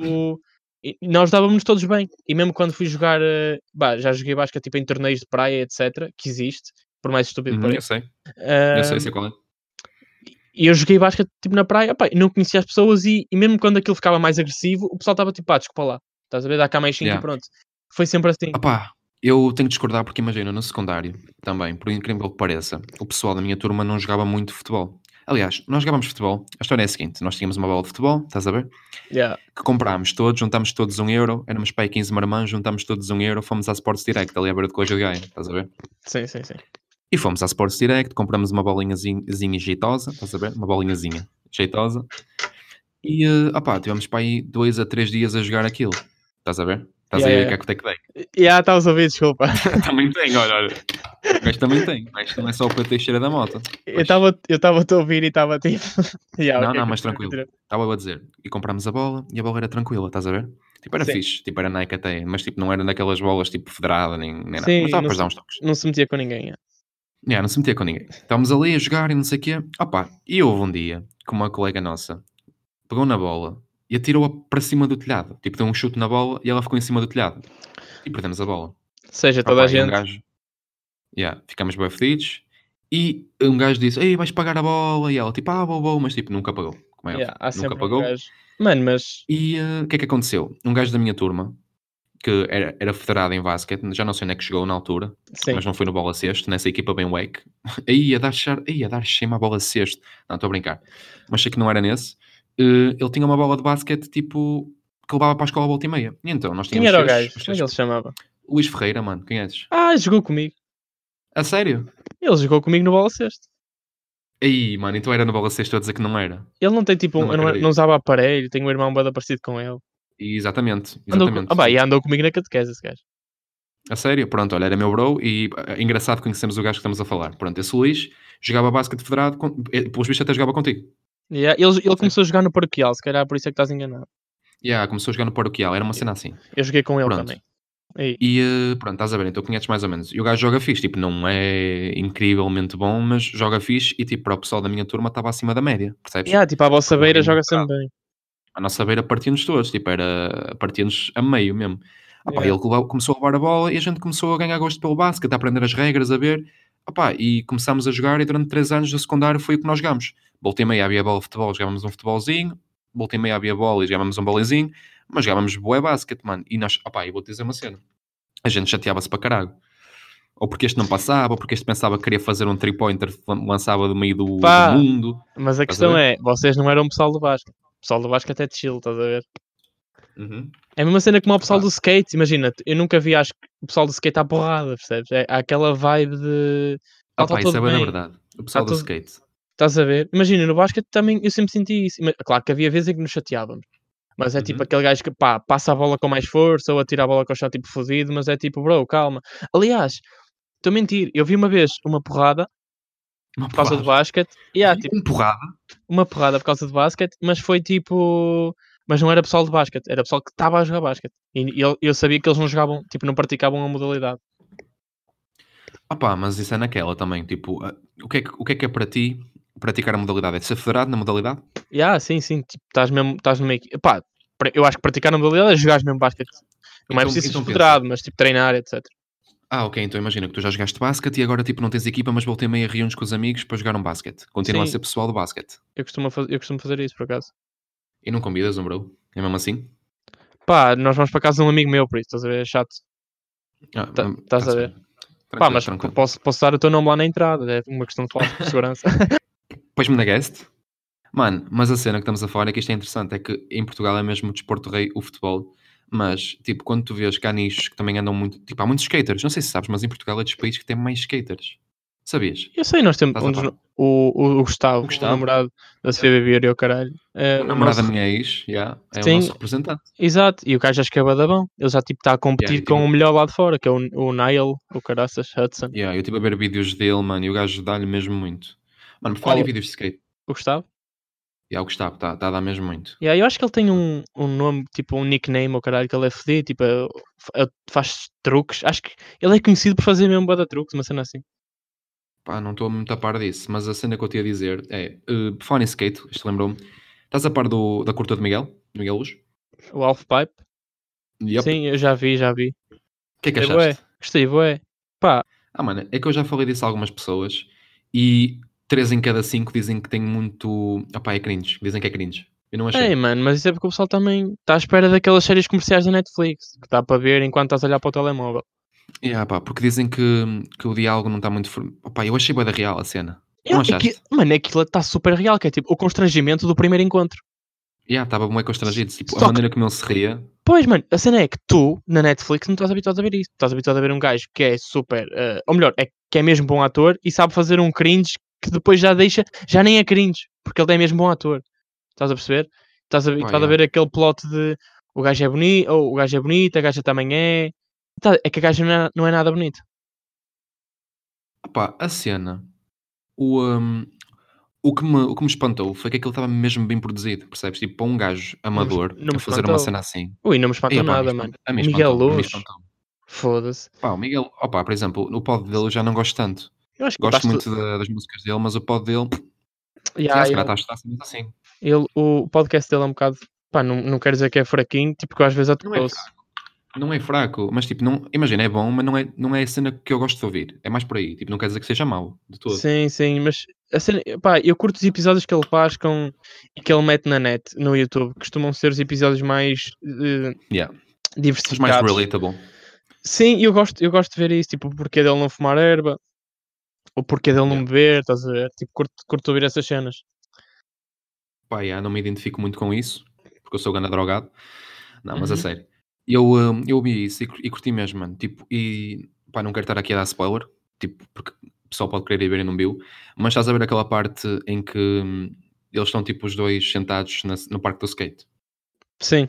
[SPEAKER 2] e- Nós dávamos todos bem. E mesmo quando fui jogar. eh, bah, já joguei basquete tipo, em torneios de praia, etc. Que existe, por mais estúpido que
[SPEAKER 3] Uhum, eu
[SPEAKER 2] pareça.
[SPEAKER 3] sei,
[SPEAKER 2] Ah,
[SPEAKER 3] eu sei, eu sei qual é.
[SPEAKER 2] e eu joguei basquete tipo na praia, pá, não conhecia as pessoas e, e mesmo quando aquilo ficava mais agressivo, o pessoal estava tipo, pá, desculpa lá, estás a ver, dá cá mais 5
[SPEAKER 3] Yeah. Ah.
[SPEAKER 2] e pronto. Foi sempre assim.
[SPEAKER 3] Opá, eu tenho que discordar porque imagina, no secundário também, por incrível que pareça, o pessoal da minha turma não jogava muito futebol. Aliás, nós jogávamos futebol. A história é a seguinte: nós tínhamos uma bola de futebol, estás a ver?
[SPEAKER 2] Yeah.
[SPEAKER 3] Que comprámos todos, juntámos todos um euro, éramos pai 15 marmãs, juntámos todos um euro, fomos à Sports Direct, ali à beira de Coja de Gaia, estás a ver?
[SPEAKER 2] Sim, sim, sim.
[SPEAKER 3] E fomos à Sports Direct, compramos uma bolinhazinha jeitosa, estás a ver? Uma bolinhazinha jeitosa. E, eh, opá, tivemos para aí dois a três dias a jogar aquilo, estás a ver? Estás
[SPEAKER 2] Yeah,
[SPEAKER 3] a ver
[SPEAKER 2] yeah,
[SPEAKER 3] o que é que tem que tem?
[SPEAKER 2] Yeah, estavas ah, a ouvir, desculpa.
[SPEAKER 3] também tem, <laughs> olha, olha. Mas também tem, mas não é só o Pedro Teixeira da moto.
[SPEAKER 2] Eu estava eu estava a te ouvir e estava tipo. <laughs> yeah,
[SPEAKER 3] Não,
[SPEAKER 2] ok,
[SPEAKER 3] não, mas
[SPEAKER 2] continua,
[SPEAKER 3] tranquilo. Estava eu a dizer, e comprámos a bola e a bola era tranquila, estás a ver? Tipo, era
[SPEAKER 2] Sim.
[SPEAKER 3] fixe, tipo, era Nike até, mas tipo, não era daquelas bolas tipo federada nem, nem nada.
[SPEAKER 2] Sim,
[SPEAKER 3] Mas dava
[SPEAKER 2] não
[SPEAKER 3] para
[SPEAKER 2] sei.
[SPEAKER 3] dar uns toques.
[SPEAKER 2] continua. Não se metia com ninguém. é. yeah.
[SPEAKER 3] Yeah, não se metia com ninguém. Estávamos ali a jogar e não sei o quê. Opa, e houve um dia que uma colega nossa pegou na bola e atirou-a para cima do telhado. Tipo, deu um chute na bola e ela ficou em cima do telhado. E perdemos a bola.
[SPEAKER 2] Ou seja,
[SPEAKER 3] Opa,
[SPEAKER 2] toda a
[SPEAKER 3] e um
[SPEAKER 2] gente.
[SPEAKER 3] gajo- Yeah, ficamos bem fedidos. E um gajo disse: Ei, vais pagar a bola. E ela, tipo, ah, vou, vou, mas tipo, nunca pagou. Como é óbvio,
[SPEAKER 2] yeah, há sempre
[SPEAKER 3] nunca
[SPEAKER 2] um
[SPEAKER 3] pagou.
[SPEAKER 2] gajo. Mano, mas.
[SPEAKER 3] E eh, o que é que aconteceu? Um gajo da minha turma, que era, era federado em basquete, já não sei onde é que chegou na altura,
[SPEAKER 2] Sim.
[SPEAKER 3] mas não foi no bola sexto, nessa equipa bem wake. <laughs> Aí ia dar, char- aí ia dar chama à bola sexto. Não, estou a brincar. Mas sei que não era nesse. Eh, ele tinha uma bola de basquete, tipo, que levava para a escola à volta e meia. E então, nós
[SPEAKER 2] Quem
[SPEAKER 3] tínhamos
[SPEAKER 2] era o
[SPEAKER 3] cestos, os
[SPEAKER 2] gajo? Como é que ele
[SPEAKER 3] cestos-
[SPEAKER 2] se chamava?
[SPEAKER 3] Luís Ferreira, mano, conheces?
[SPEAKER 2] Ah, jogou comigo.
[SPEAKER 3] A sério?
[SPEAKER 2] Ele jogou comigo no bola sexto.
[SPEAKER 3] Aí, mano, então era no bola sexta a dizer que não era.
[SPEAKER 2] Ele não tem tipo. um-
[SPEAKER 3] Não
[SPEAKER 2] eu Não,
[SPEAKER 3] acredito.
[SPEAKER 2] não usava aparelho, tenho um irmão bada parecido com ele.
[SPEAKER 3] E exatamente,
[SPEAKER 2] Andou,
[SPEAKER 3] exatamente.
[SPEAKER 2] ah, pá, e andou comigo na catequese esse gajo.
[SPEAKER 3] A sério? Pronto, olha, era meu bro e eh, engraçado conhecemos o gajo que estamos a falar. Pronto, esse Luís jogava basquete federado, com, eh, pelos bichos até jogava contigo.
[SPEAKER 2] Yeah, ele ele
[SPEAKER 3] Sim.
[SPEAKER 2] começou a jogar no paroquial, se calhar por isso é que estás enganado.
[SPEAKER 3] E ah, começou a jogar no paroquial, era uma cena assim.
[SPEAKER 2] Eu joguei com ele
[SPEAKER 3] Pronto.
[SPEAKER 2] também. E,
[SPEAKER 3] E eh, pronto, estás a ver, então conheces mais ou menos. E o gajo joga fixe, tipo, não é incrivelmente bom, mas joga fixe e tipo, para o pessoal da minha turma estava acima da média, percebes?
[SPEAKER 2] yeah, tipo, à vossa
[SPEAKER 3] Porque não
[SPEAKER 2] beira
[SPEAKER 3] havia
[SPEAKER 2] joga
[SPEAKER 3] muito
[SPEAKER 2] sempre bem.
[SPEAKER 3] A nossa beira partia-nos todos, tipo, era partia-nos a meio mesmo. Ah pá,
[SPEAKER 2] Yeah.
[SPEAKER 3] Ele levou- começou a levar a bola e a gente começou a ganhar gosto pelo basquete, a aprender as regras, a ver. Ah pá, e começámos a jogar e durante três anos do secundário foi o que nós jogámos. Volta e meia havia bola de futebol, jogávamos um futebolzinho. Volta e meia havia bola e jogávamos um bolezinho. Mas jogávamos bué basquete, mano. E nós, ah pá, eu vou-te dizer uma cena. A gente chateava-se para caralho. Ou porque este não passava, ou porque este pensava que queria fazer um three-pointer, lançava do meio do,
[SPEAKER 2] Pá.
[SPEAKER 3] do mundo. Estás
[SPEAKER 2] Mas a
[SPEAKER 3] a
[SPEAKER 2] questão é, vocês não eram pessoal do Vasco. O pessoal do Vasco até é chill, estás a ver?
[SPEAKER 3] Uhum.
[SPEAKER 2] É a mesma cena como o pessoal
[SPEAKER 3] Pá.
[SPEAKER 2] do skate, imagina, eu nunca vi acho, que o pessoal do skate à porrada, percebes? É, há aquela vibe de.
[SPEAKER 3] Ah
[SPEAKER 2] tá
[SPEAKER 3] pá, isso
[SPEAKER 2] tudo
[SPEAKER 3] é bem na
[SPEAKER 2] bem. Tá
[SPEAKER 3] verdade. O pessoal do
[SPEAKER 2] tudo-
[SPEAKER 3] skate.
[SPEAKER 2] Estás a ver? Imagina, no basquete também eu sempre senti isso. Ima- Claro que havia vezes em que nos chateávamos. Mas é tipo
[SPEAKER 3] Uhum.
[SPEAKER 2] aquele gajo que pá, passa a bola com mais força ou atira a bola com o chão tipo fodido, mas é tipo, bro, calma. Aliás, estou a mentir, eu vi uma vez uma porrada
[SPEAKER 3] Uma
[SPEAKER 2] por causa do
[SPEAKER 3] porrada.
[SPEAKER 2] basquete e há tipo
[SPEAKER 3] Um porrada?
[SPEAKER 2] uma porrada por causa de basquete, mas foi tipo. Mas não era pessoal de basquete, era pessoal que estava a jogar basquete. E eu, eu sabia que eles não jogavam, tipo, não praticavam a modalidade.
[SPEAKER 3] Opá, mas isso é naquela também, tipo, a- o que, é que, o que é que é para ti praticar a modalidade? É ser federado na modalidade?
[SPEAKER 2] E ah, sim, sim, tipo, estás mesmo, estás numa equipe. Pá, pra- eu acho que praticar a modalidade é jogares mesmo basquete. Não é
[SPEAKER 3] Então-
[SPEAKER 2] preciso ser
[SPEAKER 3] então pensa.
[SPEAKER 2] federado, mas tipo treinar, etc.
[SPEAKER 3] Ah, ok, então imagina que tu já jogaste basquete e agora tipo não tens equipa, mas voltei meio a reúnes com os amigos para jogar um basquete. Continua a
[SPEAKER 2] Sim.
[SPEAKER 3] ser pessoal do basquete.
[SPEAKER 2] Eu costumo, faz- eu costumo fazer isso por acaso.
[SPEAKER 3] E não convidas um bro? É mesmo assim?
[SPEAKER 2] Pá, nós vamos para casa de um amigo meu, por isso, estás a ver? É chato.
[SPEAKER 3] Ah,
[SPEAKER 2] Tá-
[SPEAKER 3] hum,
[SPEAKER 2] estás
[SPEAKER 3] tá-se
[SPEAKER 2] a
[SPEAKER 3] bem.
[SPEAKER 2] Pá,
[SPEAKER 3] Tranquilo,
[SPEAKER 2] mas
[SPEAKER 3] tranquilo.
[SPEAKER 2] posso, posso dar o teu nome lá na entrada, é uma questão de falar
[SPEAKER 3] <laughs>
[SPEAKER 2] de segurança.
[SPEAKER 3] Pois-me na guest? Mano, mas a cena que estamos a falar é que isto é interessante, é que em Portugal é mesmo o desporto rei o futebol, mas tipo, quando tu vês cá nichos que também andam muito, tipo, há muitos skaters, não sei se sabes, mas em Portugal é dos países que tem mais skaters. Sabias?
[SPEAKER 2] eu sei, nós temos
[SPEAKER 3] Estás a
[SPEAKER 2] um dos,
[SPEAKER 3] par?
[SPEAKER 2] o, o, o Gustavo, o
[SPEAKER 3] Gustavo.
[SPEAKER 2] namorado da Sofia Bebier e o caralho. É,
[SPEAKER 3] O namorado da
[SPEAKER 2] nosso-
[SPEAKER 3] minha ex, yeah, é
[SPEAKER 2] Sim.
[SPEAKER 3] o nosso representante.
[SPEAKER 2] Exato, e o gajo acho que é badabão. Ele já tipo está a competir
[SPEAKER 3] tipo-
[SPEAKER 2] com o melhor lá de fora, que é o, o Niall, o caraças, Hudson.
[SPEAKER 3] Yeah, eu estive a ver vídeos dele, mano, e o gajo dá-lhe mesmo muito. Mano, por falar em
[SPEAKER 2] Qual-
[SPEAKER 3] vídeos de skate,
[SPEAKER 2] O Gustavo?
[SPEAKER 3] E ao Gustavo, está tá a dar mesmo muito.
[SPEAKER 2] Yeah, eu acho que ele tem um, um nome, tipo um nickname ou caralho, que ele é fedido, tipo, é- é- faz truques. Acho que ele é conhecido por fazer mesmo bada truques, uma cena assim.
[SPEAKER 3] Pá, não estou muito a par disso, mas a cena que eu te ia dizer é, eh, por falar em skate, isto lembrou-me, estás a par do, da curta de Miguel? Do Miguel Luz?
[SPEAKER 2] O Half Pipe.
[SPEAKER 3] Yep.
[SPEAKER 2] Sim, eu já vi, já vi.
[SPEAKER 3] O que é que
[SPEAKER 2] É
[SPEAKER 3] achaste?
[SPEAKER 2] bué. Gostei, bué.
[SPEAKER 3] Ah, mano, é que eu já falei disso a algumas pessoas e 3 em cada 5 dizem que tem muito. Opá, é cringe. Dizem que é cringe. Eu não achei.
[SPEAKER 2] Ei, mano, mas isso é porque o pessoal também está à espera daquelas séries comerciais da Netflix, que dá para ver enquanto estás a olhar para o telemóvel.
[SPEAKER 3] Yeah, pá, porque dizem que, que o diálogo não está muito. for- Opá, eu achei bué da real a cena. Não
[SPEAKER 2] Eu- aqui-
[SPEAKER 3] achaste?
[SPEAKER 2] mano, aquilo está super real, que é tipo o constrangimento do primeiro encontro.
[SPEAKER 3] Yeah, estava bué constrangido. Tipo, a
[SPEAKER 2] Só que-
[SPEAKER 3] maneira como ele se ria.
[SPEAKER 2] Pois, mano, a cena é que tu, na Netflix, não estás habituado a ver isso. Estás habituado a ver um gajo que é super. eh, ou melhor, é, que é mesmo bom ator e sabe fazer um cringe que depois já deixa. Já nem é cringe, porque ele é mesmo bom ator. Estás a perceber? Estás habituado a
[SPEAKER 3] Oh, yeah.
[SPEAKER 2] ver aquele plot de o gajo é bonito, ou o gajo é bonito, a gaja também é. Tá, É que a gaja não é, não é nada bonita.
[SPEAKER 3] Opá, a cena. O, hum, o, que me, o que me espantou foi que aquilo estava mesmo bem produzido, percebes? Tipo, para um gajo amador
[SPEAKER 2] não me
[SPEAKER 3] a fazer
[SPEAKER 2] espantou.
[SPEAKER 3] uma cena assim.
[SPEAKER 2] Ui, não me espantou
[SPEAKER 3] Ei, opá,
[SPEAKER 2] nada,
[SPEAKER 3] me
[SPEAKER 2] mano.
[SPEAKER 3] espanta- a mim
[SPEAKER 2] Miguel
[SPEAKER 3] espantou-me, a mim
[SPEAKER 2] Luz.
[SPEAKER 3] espantou-me.
[SPEAKER 2] Foda-se.
[SPEAKER 3] Pá, o Miguel, opá, por exemplo, no pod dele eu já não gosto tanto.
[SPEAKER 2] Eu acho que
[SPEAKER 3] Gosto
[SPEAKER 2] botaste-
[SPEAKER 3] muito da- das músicas dele, mas o pod dele,
[SPEAKER 2] Ya,
[SPEAKER 3] já, se
[SPEAKER 2] ya.
[SPEAKER 3] calhar está a estar muito assim.
[SPEAKER 2] Ele- o podcast dele é um bocado. Pá, não, não quero dizer que é fraquinho, tipo que eu às vezes
[SPEAKER 3] Não é
[SPEAKER 2] atropelo-se.
[SPEAKER 3] Não é fraco, mas tipo, não, imagina, é bom, mas não é, não é a cena que eu gosto de ouvir. É mais por aí. Tipo, não quer dizer que seja mau, de todo.
[SPEAKER 2] Sim, sim, mas a cena, pá, eu curto os episódios que ele faz com e que ele mete na net, no YouTube. Costumam ser os episódios mais eh,
[SPEAKER 3] Yeah. Mas
[SPEAKER 2] diversificados.
[SPEAKER 3] mais relatable.
[SPEAKER 2] Sim, eu gosto, eu gosto de ver isso, tipo, o porquê dele não fumar erva, o porquê dele não
[SPEAKER 3] Yeah.
[SPEAKER 2] beber, estás a ver? Tipo, curto, curto ouvir essas cenas.
[SPEAKER 3] Pá, yeah, não me identifico muito com isso, porque eu sou gana drogado. Não, mas a
[SPEAKER 2] Uhum.
[SPEAKER 3] sério. Eu, hum, eu ouvi isso e, cur- e curti mesmo, mano. Tipo, e pá, não quero estar aqui a dar spoiler, tipo, porque o pessoal pode querer ir ver e não viu, mas estás a ver aquela parte em que hum, eles estão tipo os dois sentados na- no parque do skate.
[SPEAKER 2] Sim,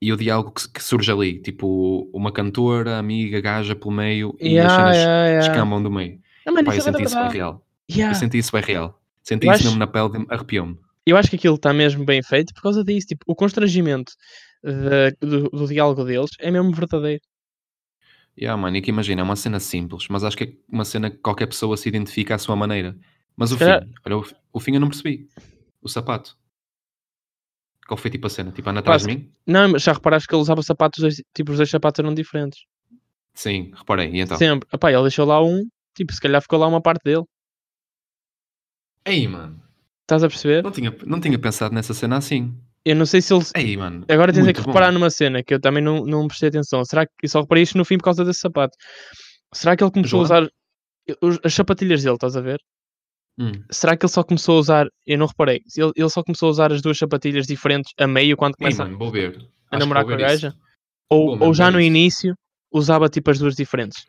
[SPEAKER 3] e o diálogo que, que surge ali, tipo uma cantora, amiga, gaja pelo meio e
[SPEAKER 2] Yeah,
[SPEAKER 3] as cenas
[SPEAKER 2] yeah, yeah.
[SPEAKER 3] escambam do meio.
[SPEAKER 2] Ah, mano,
[SPEAKER 3] Pá, eu
[SPEAKER 2] isso
[SPEAKER 3] senti
[SPEAKER 2] é bué da
[SPEAKER 3] isso bem
[SPEAKER 2] verdade.
[SPEAKER 3] real.
[SPEAKER 2] Yeah.
[SPEAKER 3] Eu senti isso bem real. Senti
[SPEAKER 2] Eu
[SPEAKER 3] isso
[SPEAKER 2] acho-
[SPEAKER 3] mesmo na pele, de- arrepiou-me.
[SPEAKER 2] eu acho que aquilo está mesmo bem feito por causa disso. Tipo, o constrangimento da- do, do diálogo deles é mesmo verdadeiro.
[SPEAKER 3] Yeah, mano, e que imagina, é uma cena simples, mas acho que é uma cena que qualquer pessoa se identifica à sua maneira. Mas o
[SPEAKER 2] Se calhar-
[SPEAKER 3] fim, olha, o, fi- o fim eu não percebi. O sapato. Qual foi tipo a cena? Tipo, anda
[SPEAKER 2] Pá,
[SPEAKER 3] atrás de mim?
[SPEAKER 2] Não, mas já reparaste que ele usava sapatos, dois- tipo, os dois sapatos eram diferentes.
[SPEAKER 3] Sim, reparei. E então?
[SPEAKER 2] Sempre. Epá, ele deixou lá um, tipo, se calhar ficou lá uma parte dele.
[SPEAKER 3] Ei, mano,
[SPEAKER 2] Estás a perceber?
[SPEAKER 3] não tinha, não tinha pensado nessa cena assim.
[SPEAKER 2] Eu não sei se ele.
[SPEAKER 3] Ei, mano.
[SPEAKER 2] Agora tens é
[SPEAKER 3] muito
[SPEAKER 2] que
[SPEAKER 3] bom.
[SPEAKER 2] reparar numa cena que eu também não, não prestei atenção. Será que. Eu só reparei isto no fim por causa desse sapato. Será que ele começou a
[SPEAKER 3] João?
[SPEAKER 2] usar os- as sapatilhas dele, estás a ver?
[SPEAKER 3] Hum.
[SPEAKER 2] Será que ele só começou a usar. Eu não reparei. se Ele, ele só começou a usar as duas sapatilhas diferentes a meio quando
[SPEAKER 3] Ei,
[SPEAKER 2] começa
[SPEAKER 3] mano, vou ver. Acho que
[SPEAKER 2] a
[SPEAKER 3] vou
[SPEAKER 2] namorar com a
[SPEAKER 3] ver isso.
[SPEAKER 2] gaja? Ou,
[SPEAKER 3] Bom,
[SPEAKER 2] ou
[SPEAKER 3] mano,
[SPEAKER 2] já
[SPEAKER 3] é
[SPEAKER 2] no
[SPEAKER 3] isso.
[SPEAKER 2] início usava tipo as duas diferentes.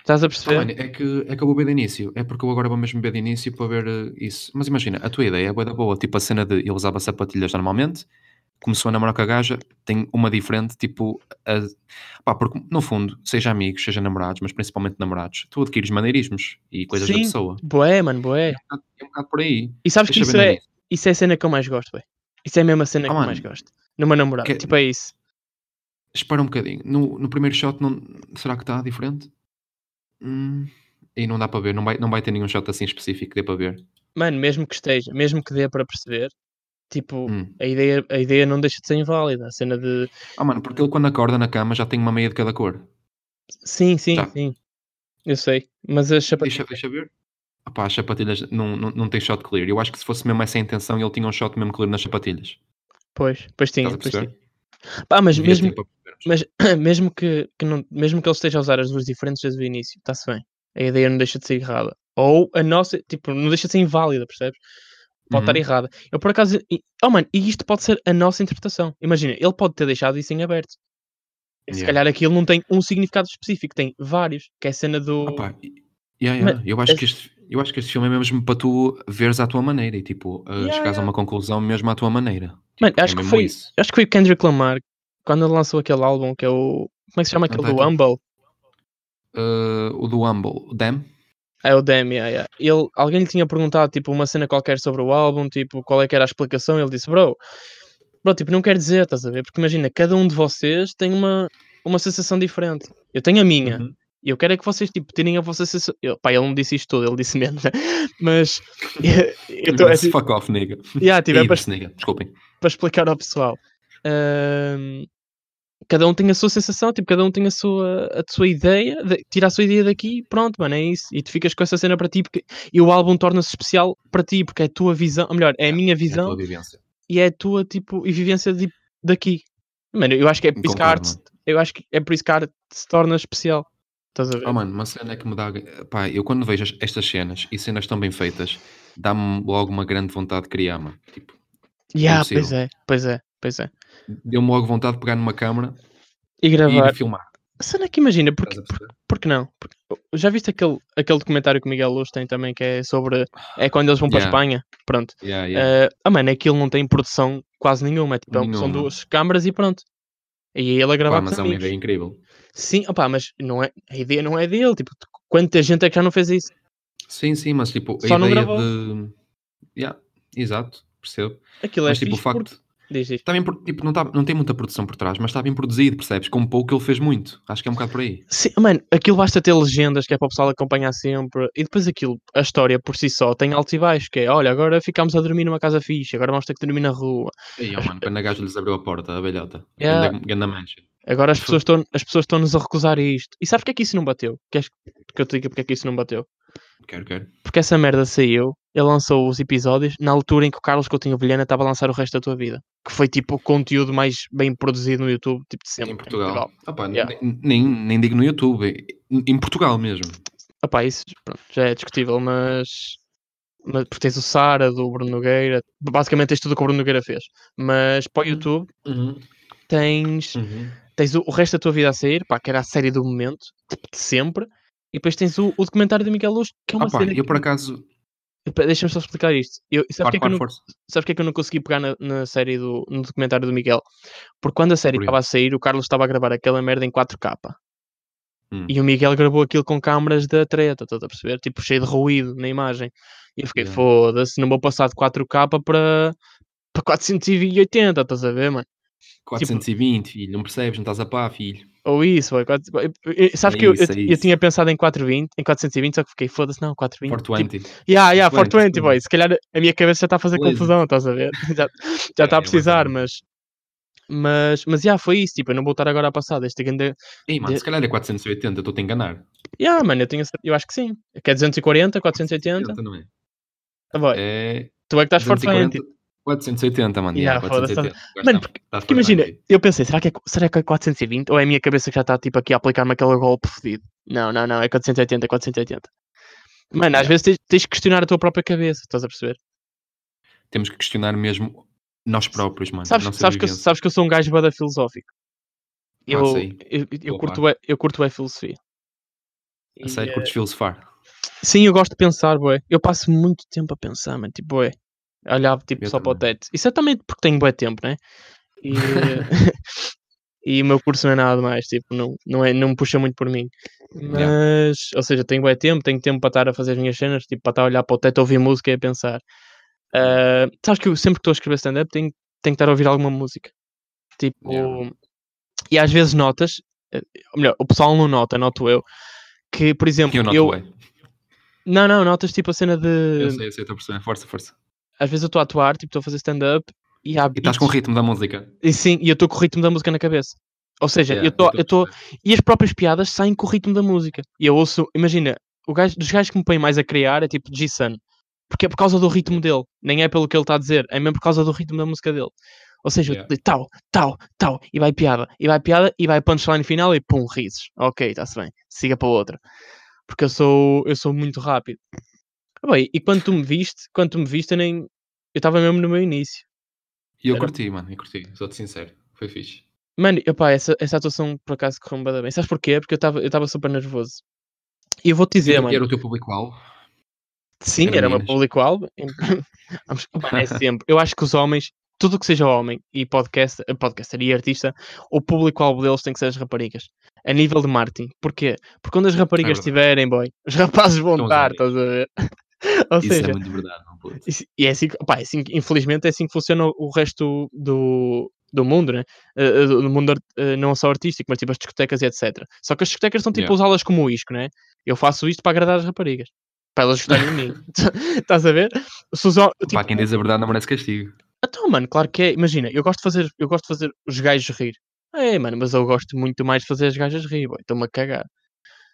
[SPEAKER 2] Estás a
[SPEAKER 3] Ah,
[SPEAKER 2] perceber?
[SPEAKER 3] mano, é que, é que eu vou ver de início. É porque eu agora vou mesmo ver de início para ver eh, isso. Mas imagina, a tua ideia é bué da boa. Tipo, a cena de ele usava sapatilhas normalmente, começou a namorar com a gaja, tem uma diferente, tipo... a- Pá, porque no fundo, seja amigos, seja namorados, mas principalmente namorados, tu adquires maneirismos e coisas da
[SPEAKER 2] Sim.
[SPEAKER 3] pessoa.
[SPEAKER 2] Boé, mano, boé.
[SPEAKER 3] É um bocado por aí.
[SPEAKER 2] E sabes que
[SPEAKER 3] Deixa
[SPEAKER 2] isso
[SPEAKER 3] ver no
[SPEAKER 2] é,
[SPEAKER 3] início.
[SPEAKER 2] isso é a cena que eu mais gosto, bem. Isso é mesmo a cena
[SPEAKER 3] Ah,
[SPEAKER 2] que eu
[SPEAKER 3] mano.
[SPEAKER 2] mais gosto. Numa namorada.
[SPEAKER 3] Que-
[SPEAKER 2] Tipo, é isso.
[SPEAKER 3] Espera um bocadinho. No, no primeiro shot, não... será que está diferente? Hum... E não dá para ver, não vai, não vai ter nenhum shot assim específico que dê para ver.
[SPEAKER 2] Mano, mesmo que esteja, mesmo que dê para perceber, tipo,
[SPEAKER 3] Hum.
[SPEAKER 2] a, ideia, a ideia não deixa de ser inválida. A cena de.
[SPEAKER 3] Ah, mano, porque ele quando acorda na cama já tem uma meia de cada cor.
[SPEAKER 2] Sim, sim,
[SPEAKER 3] Tá.
[SPEAKER 2] sim. Eu sei. Mas as sapatilhas.
[SPEAKER 3] Deixa, deixa ver. Opá, as sapatilhas não, não, não tem shot clear. Eu acho que se fosse mesmo essa a intenção, ele tinha um shot mesmo clear nas sapatilhas.
[SPEAKER 2] Pois, pois tinha.
[SPEAKER 3] Estás a
[SPEAKER 2] Pois
[SPEAKER 3] perceber? é tipo,
[SPEAKER 2] tinha. Pá, mas
[SPEAKER 3] Devia
[SPEAKER 2] mesmo,
[SPEAKER 3] ter para percebermos.
[SPEAKER 2] mas <coughs> mesmo, que, que não, mesmo que ele esteja a usar as duas diferentes desde o início, está-se bem. A ideia não deixa de ser errada. Ou a nossa, tipo, não deixa de ser inválida, percebes? Pode estar
[SPEAKER 3] Uhum.
[SPEAKER 2] errada. Eu por acaso. e- Oh, mano, e isto pode ser a nossa interpretação. Imagina, ele pode ter deixado isso em aberto. E Se
[SPEAKER 3] Yeah.
[SPEAKER 2] calhar aquilo não tem um significado específico, tem vários, que é a cena do.
[SPEAKER 3] Opá, e- yeah, yeah. Eu, acho
[SPEAKER 2] as-
[SPEAKER 3] que este, eu acho que este filme é mesmo para tu veres à tua maneira e tipo, uh,
[SPEAKER 2] Yeah,
[SPEAKER 3] chegares a uma conclusão mesmo à tua maneira.
[SPEAKER 2] Mano,
[SPEAKER 3] Tipo,
[SPEAKER 2] acho
[SPEAKER 3] é
[SPEAKER 2] que
[SPEAKER 3] mesmo
[SPEAKER 2] foi-
[SPEAKER 3] isso.
[SPEAKER 2] Eu acho que foi o Kendrick Lamar, quando ele lançou aquele álbum que é o. Como é que se chama aquele do
[SPEAKER 3] Untitled.
[SPEAKER 2] Humble?
[SPEAKER 3] Uh, o do Eh, Humble, Damn,
[SPEAKER 2] É o Demi, yeah, yeah. Ele, alguém lhe tinha perguntado tipo uma cena qualquer sobre o álbum, tipo qual é que era a explicação, ele disse, bro, bro, tipo não quer dizer, estás a ver? Porque imagina, cada um de vocês tem uma, uma sensação diferente. Eu tenho a minha.
[SPEAKER 3] Uhum.
[SPEAKER 2] E eu quero é que vocês tipo, tirem a vossa sensação. Eu, pá, ele não disse isto tudo, ele disse menos, né? <laughs> mas eu, eu tô, é, tipo,
[SPEAKER 3] Fuck off, nigga.
[SPEAKER 2] yeah, tipo, é para
[SPEAKER 3] Ivers, nigga. Desculpem.
[SPEAKER 2] para explicar ao pessoal. Ahm, cada um tem a sua sensação, tipo, cada um tem a sua, a sua ideia, de- tira a sua ideia daqui e pronto, mano, é isso. E tu ficas com essa cena para ti porque, e o álbum torna-se especial para ti, porque é a tua visão, ou melhor, é a minha
[SPEAKER 3] É a
[SPEAKER 2] visão
[SPEAKER 3] tua vivência.
[SPEAKER 2] e é a tua tipo, e vivência de- daqui. Mano, eu acho que é por isso que a
[SPEAKER 3] Concordo,
[SPEAKER 2] arte, eu acho que é por isso que a arte se torna especial. Estás a ver?
[SPEAKER 3] Oh, mano, uma cena que me dá. Pá, eu quando vejo as- estas cenas e cenas tão bem feitas, dá-me logo uma grande vontade de criar, mano. Tipo,
[SPEAKER 2] yeah,
[SPEAKER 3] impossível.
[SPEAKER 2] pois é, pois é, pois é.
[SPEAKER 3] deu-me logo vontade de pegar numa câmera
[SPEAKER 2] E
[SPEAKER 3] e ir
[SPEAKER 2] gravar.
[SPEAKER 3] filmar.
[SPEAKER 2] A cena é que imagina, porque
[SPEAKER 3] Estás a perceber?
[SPEAKER 2] Porque não? Porque- já viste aquele, aquele documentário que o Miguel Luz tem também, que é sobre. É quando eles vão para a
[SPEAKER 3] Yeah.
[SPEAKER 2] Espanha? Pronto.
[SPEAKER 3] Yeah, yeah.
[SPEAKER 2] Eh, ah, mano, aquilo não tem produção quase nenhuma. é tipo, é um- são
[SPEAKER 3] Nenhuma.
[SPEAKER 2] duas câmaras e pronto. E ele a gravar
[SPEAKER 3] Pá,
[SPEAKER 2] com os
[SPEAKER 3] mas é uma
[SPEAKER 2] amigos.
[SPEAKER 3] ideia incrível.
[SPEAKER 2] Sim, opá, mas não é, a ideia não é dele. Tipo, quanta gente é que já não fez isso?
[SPEAKER 3] Sim, sim, mas tipo, a
[SPEAKER 2] Só não
[SPEAKER 3] ideia
[SPEAKER 2] gravou.
[SPEAKER 3] de. Yeah, exato, percebo.
[SPEAKER 2] Aquilo
[SPEAKER 3] Mas
[SPEAKER 2] é
[SPEAKER 3] tipo, o
[SPEAKER 2] fixe
[SPEAKER 3] facto.
[SPEAKER 2] porque- Diz, diz.
[SPEAKER 3] Tá bem, pro- tipo, não, tá, não tem muita produção por trás, mas está bem produzido, percebes? Com pouco ele fez muito. Acho que é um bocado por aí.
[SPEAKER 2] Sim, mano, aquilo basta ter legendas que é para o pessoal acompanhar sempre. E depois aquilo, a história por si só, tem altos e baixos. Que é, olha, agora ficámos a dormir numa casa fixe, agora vamos ter que dormir na rua.
[SPEAKER 3] Aí, ó, mano, quando a gajo lhes abriu a porta, a velhota.
[SPEAKER 2] Yeah.
[SPEAKER 3] Ganda, ganda mancha.
[SPEAKER 2] Agora as
[SPEAKER 3] Fu-
[SPEAKER 2] pessoas estão as pessoas estão-nos a recusar isto. E sabes porque é que isso não bateu? Queres que eu te diga porque é que isso não bateu?
[SPEAKER 3] Quero, quero.
[SPEAKER 2] Porque essa merda saiu, ele lançou os episódios na altura em que o Carlos Coutinho Vilhena estava a lançar o resto da tua vida. Que foi tipo o conteúdo mais bem produzido no YouTube, tipo de sempre.
[SPEAKER 3] em Portugal. Ah, pá,
[SPEAKER 2] Yeah.
[SPEAKER 3] nem, nem, nem digo no YouTube. Em em Portugal mesmo.
[SPEAKER 2] Opá, isso pronto, já é discutível, mas. mas porque tens o Sara, do Bruno Nogueira. Basicamente tens tudo o que o Bruno Nogueira fez. Mas para o
[SPEAKER 3] Uhum.
[SPEAKER 2] YouTube
[SPEAKER 3] Uhum.
[SPEAKER 2] tens. tens o, o resto da tua vida a sair, pá, que era a série do momento, tipo, de sempre, e depois tens o, o documentário de Miguel Luz, que é uma
[SPEAKER 3] Ah, pá,
[SPEAKER 2] série.
[SPEAKER 3] eu por
[SPEAKER 2] que-
[SPEAKER 3] acaso.
[SPEAKER 2] Epá, Deixa-me só explicar isto. Eu, sabes,
[SPEAKER 3] Claro,
[SPEAKER 2] porque é que eu
[SPEAKER 3] claro,
[SPEAKER 2] não,
[SPEAKER 3] força.
[SPEAKER 2] sabes porque é que eu não consegui pegar na, na série do, no documentário do Miguel? Porque quando a série
[SPEAKER 3] Por
[SPEAKER 2] estava a sair, o Carlos estava a gravar aquela merda em 4K.
[SPEAKER 3] Hum.
[SPEAKER 2] E o Miguel gravou aquilo com câmaras da treta, estás a perceber? Tipo, cheio de ruído na imagem. E eu fiquei,
[SPEAKER 3] Yeah.
[SPEAKER 2] foda-se, não vou passar de 4K para, para 480, estás a ver, mano? Tipo
[SPEAKER 3] 420, filho. Não percebes? Não estás a pá, filho.
[SPEAKER 2] Ou isso, ou é quatro- eu- eu- sabes
[SPEAKER 3] É
[SPEAKER 2] que eu,
[SPEAKER 3] isso,
[SPEAKER 2] eu-
[SPEAKER 3] é
[SPEAKER 2] eu
[SPEAKER 3] isso.
[SPEAKER 2] tinha pensado em 420, em 420, só que fiquei, foda-se, não, 420. Tipo,
[SPEAKER 3] 420.
[SPEAKER 2] yeah, yeah,
[SPEAKER 3] 420,
[SPEAKER 2] 420, boy. Se calhar a minha cabeça já está a fazer
[SPEAKER 3] Beleza.
[SPEAKER 2] confusão, estás a ver? <laughs> Já, já está
[SPEAKER 3] É,
[SPEAKER 2] a precisar,
[SPEAKER 3] exatamente.
[SPEAKER 2] mas. Mas, mas, yeah, foi isso, tipo, eu não vou estar agora a passar deste grande...
[SPEAKER 3] Ei, mano,
[SPEAKER 2] de-
[SPEAKER 3] se calhar é 480. eu Estou-te a enganar.
[SPEAKER 2] Yeah, mano, eu, tenho, cer- eu acho que sim. Que é 240, 480,
[SPEAKER 3] 480, não é?
[SPEAKER 2] ah, boy,
[SPEAKER 3] É.
[SPEAKER 2] tu é que estás 420.
[SPEAKER 3] 240, 480, mano.
[SPEAKER 2] Yeah,
[SPEAKER 3] Yeah,
[SPEAKER 2] foda-se.
[SPEAKER 3] 480.
[SPEAKER 2] Mano,
[SPEAKER 3] Gostamos, estás
[SPEAKER 2] Porque imagina,
[SPEAKER 3] 420.
[SPEAKER 2] eu pensei, será que, é, qu- será que é 420? Ou é a minha cabeça que já está tipo aqui a aplicar-me aquele golpe fedido? Não, não, não, é 480, 480. Mano, às
[SPEAKER 3] Yeah.
[SPEAKER 2] vezes tens, tens que questionar a tua própria cabeça, estás a perceber?
[SPEAKER 3] Temos que questionar mesmo nós próprios, mano. a
[SPEAKER 2] Sabes,
[SPEAKER 3] nossa
[SPEAKER 2] sabes, que, eu,
[SPEAKER 3] vivência.
[SPEAKER 2] sabes que eu sou um gajo bada filosófico. Eu,
[SPEAKER 3] sei.
[SPEAKER 2] eu, eu,
[SPEAKER 3] Boa
[SPEAKER 2] curto,
[SPEAKER 3] parte.
[SPEAKER 2] é, eu curto é filosofia.
[SPEAKER 3] A sério,
[SPEAKER 2] E,
[SPEAKER 3] curtes filosofar.
[SPEAKER 2] eh, Sim, eu gosto de pensar, boé. Eu passo muito tempo a pensar, mano, tipo, boé. Olhar tipo,
[SPEAKER 3] Eu
[SPEAKER 2] só para o teto. Isso é também porque tenho bué tempo, né?
[SPEAKER 3] <laughs>
[SPEAKER 2] E, <laughs> eh, e o meu curso não é nada mais, tipo, não, não, é, não me puxa muito por mim. Mas,
[SPEAKER 3] Yeah.
[SPEAKER 2] ou seja, tenho bem tempo, tenho tempo para estar a fazer as minhas cenas, tipo, para estar a olhar para o teto, ouvir música e a pensar. Ah, sabes que eu sempre que estou a escrever stand-up tenho, tenho que estar a ouvir alguma música. Tipo,
[SPEAKER 3] Yeah.
[SPEAKER 2] e às vezes notas, eh, ou melhor, o pessoal não nota, noto eu, que, por exemplo,
[SPEAKER 3] Eu não
[SPEAKER 2] eu-
[SPEAKER 3] eu, é.
[SPEAKER 2] não, não, notas tipo a cena de.
[SPEAKER 3] Eu sei, eu sei, estou a perceber. Força, força.
[SPEAKER 2] Às vezes eu estou a atuar, tipo, estou a fazer stand-up e há.
[SPEAKER 3] E estás com o ritmo da música.
[SPEAKER 2] E sim, e eu estou com o ritmo da música na cabeça. Ou seja,
[SPEAKER 3] Yeah,
[SPEAKER 2] eu
[SPEAKER 3] estou
[SPEAKER 2] tô-
[SPEAKER 3] a
[SPEAKER 2] eu estou.
[SPEAKER 3] perceber.
[SPEAKER 2] E as próprias piadas saem com o ritmo da música. E eu ouço, imagina, o gajo, dos gajos que me põem mais a criar é tipo G-Sun. Porque é por causa do ritmo dele. Nem é pelo que ele está a dizer, é mesmo por causa do ritmo da música dele. Ou seja,
[SPEAKER 3] Yeah.
[SPEAKER 2] eu digo tal, tal, tal, e vai piada, e vai piada, e vai punchline final e pum, risos. Ok, está-se bem, siga para outra. Porque eu sou, eu sou muito rápido. Ah, bem, e quando tu me viste, quando tu me viste, eu nem. Eu estava mesmo no meu início.
[SPEAKER 3] E eu
[SPEAKER 2] Era-
[SPEAKER 3] curti, mano. Eu curti. Sou-te sincero. Foi fixe.
[SPEAKER 2] Mano, opá, essa, essa atuação por acaso correu bué da bem. Sabes porquê? Porque eu estava eu tava super nervoso. E eu vou-te dizer,
[SPEAKER 3] Era-
[SPEAKER 2] mano.
[SPEAKER 3] Era o teu público-alvo.
[SPEAKER 2] Sim,
[SPEAKER 3] Era
[SPEAKER 2] era o meu
[SPEAKER 3] meninas. <laughs>
[SPEAKER 2] público-alvo. Em- Vamos- Mano, é sempre. Eu acho que os homens tudo o que seja homem e podcast, eh, podcaster e artista, o público-alvo deles tem que ser as raparigas. A nível de marketing. Porquê? Porque quando as raparigas
[SPEAKER 3] É verdade.
[SPEAKER 2] estiverem, boy, os rapazes vão
[SPEAKER 3] Estão a
[SPEAKER 2] estar,
[SPEAKER 3] ver.
[SPEAKER 2] estás a ver? <laughs> Ou
[SPEAKER 3] Isso
[SPEAKER 2] seja,
[SPEAKER 3] é muito verdade, não puto.
[SPEAKER 2] isso- E é assim, que- pá, é assim que- infelizmente, é assim que funciona o o resto do, do mundo, né? Eh, eh, Do do mundo ar- eh, não só artístico, mas tipo as discotecas e etc. Só que as discotecas são tipo
[SPEAKER 3] Yeah.
[SPEAKER 2] usá-las como o isco, né? Eu faço isto para agradar as raparigas. Para elas gostarem de
[SPEAKER 3] <laughs>
[SPEAKER 2] mim. Estás a ver? Se os hom-
[SPEAKER 3] Pá,
[SPEAKER 2] tipo,
[SPEAKER 3] quem diz a verdade não merece castigo.
[SPEAKER 2] Então, mano, claro que é. Imagina, eu gosto de fazer, eu gosto de fazer os gajos rir. É, mano, mas eu gosto muito mais de fazer as gajas rir, boy. Estou-me a cagar.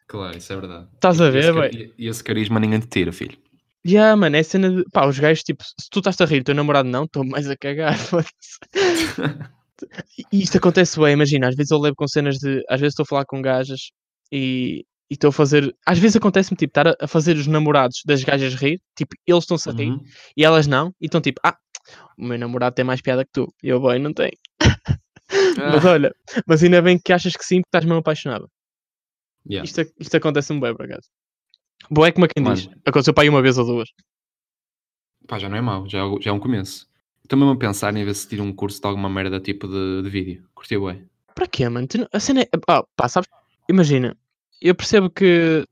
[SPEAKER 3] Claro, isso é verdade.
[SPEAKER 2] Estás a
[SPEAKER 3] E esse
[SPEAKER 2] ver,
[SPEAKER 3] car-
[SPEAKER 2] boy?
[SPEAKER 3] E e esse carisma ninguém te tira, filho.
[SPEAKER 2] Yeah, mano, é a cena de. Pá, os gajos, tipo, se tu estás a rir, teu namorado não, estou mais a cagar. <laughs> foda-se. E isto acontece bem, imagina, às vezes eu levo com cenas de. Às vezes estou a falar com gajas e e estou a fazer. Às vezes acontece-me, tipo, estar a- a fazer os namorados das gajas rir, tipo, eles estão-se a rir
[SPEAKER 3] Uhum.
[SPEAKER 2] e elas não, e estão tipo, ah, o meu namorado tem mais piada que tu. E eu, boy, não tem. <laughs> Mas
[SPEAKER 3] Ah,
[SPEAKER 2] olha, mas ainda bem que achas que sim, porque estás mesmo apaixonado.
[SPEAKER 3] yeah.
[SPEAKER 2] Isto, isto acontece-me bem, por acaso. Boa é como é quem diz.
[SPEAKER 3] Mano.
[SPEAKER 2] Aconteceu para aí uma vez ou duas.
[SPEAKER 3] Pá, já não é mau, já, é algo- já é um começo. Estou mesmo a pensar em ver se tiro um curso de alguma merda tipo de, de vídeo. Curti bem.
[SPEAKER 2] Para quê, mano? Tu não- A cena é. Ah, pá, sabes? Imagina, eu percebo que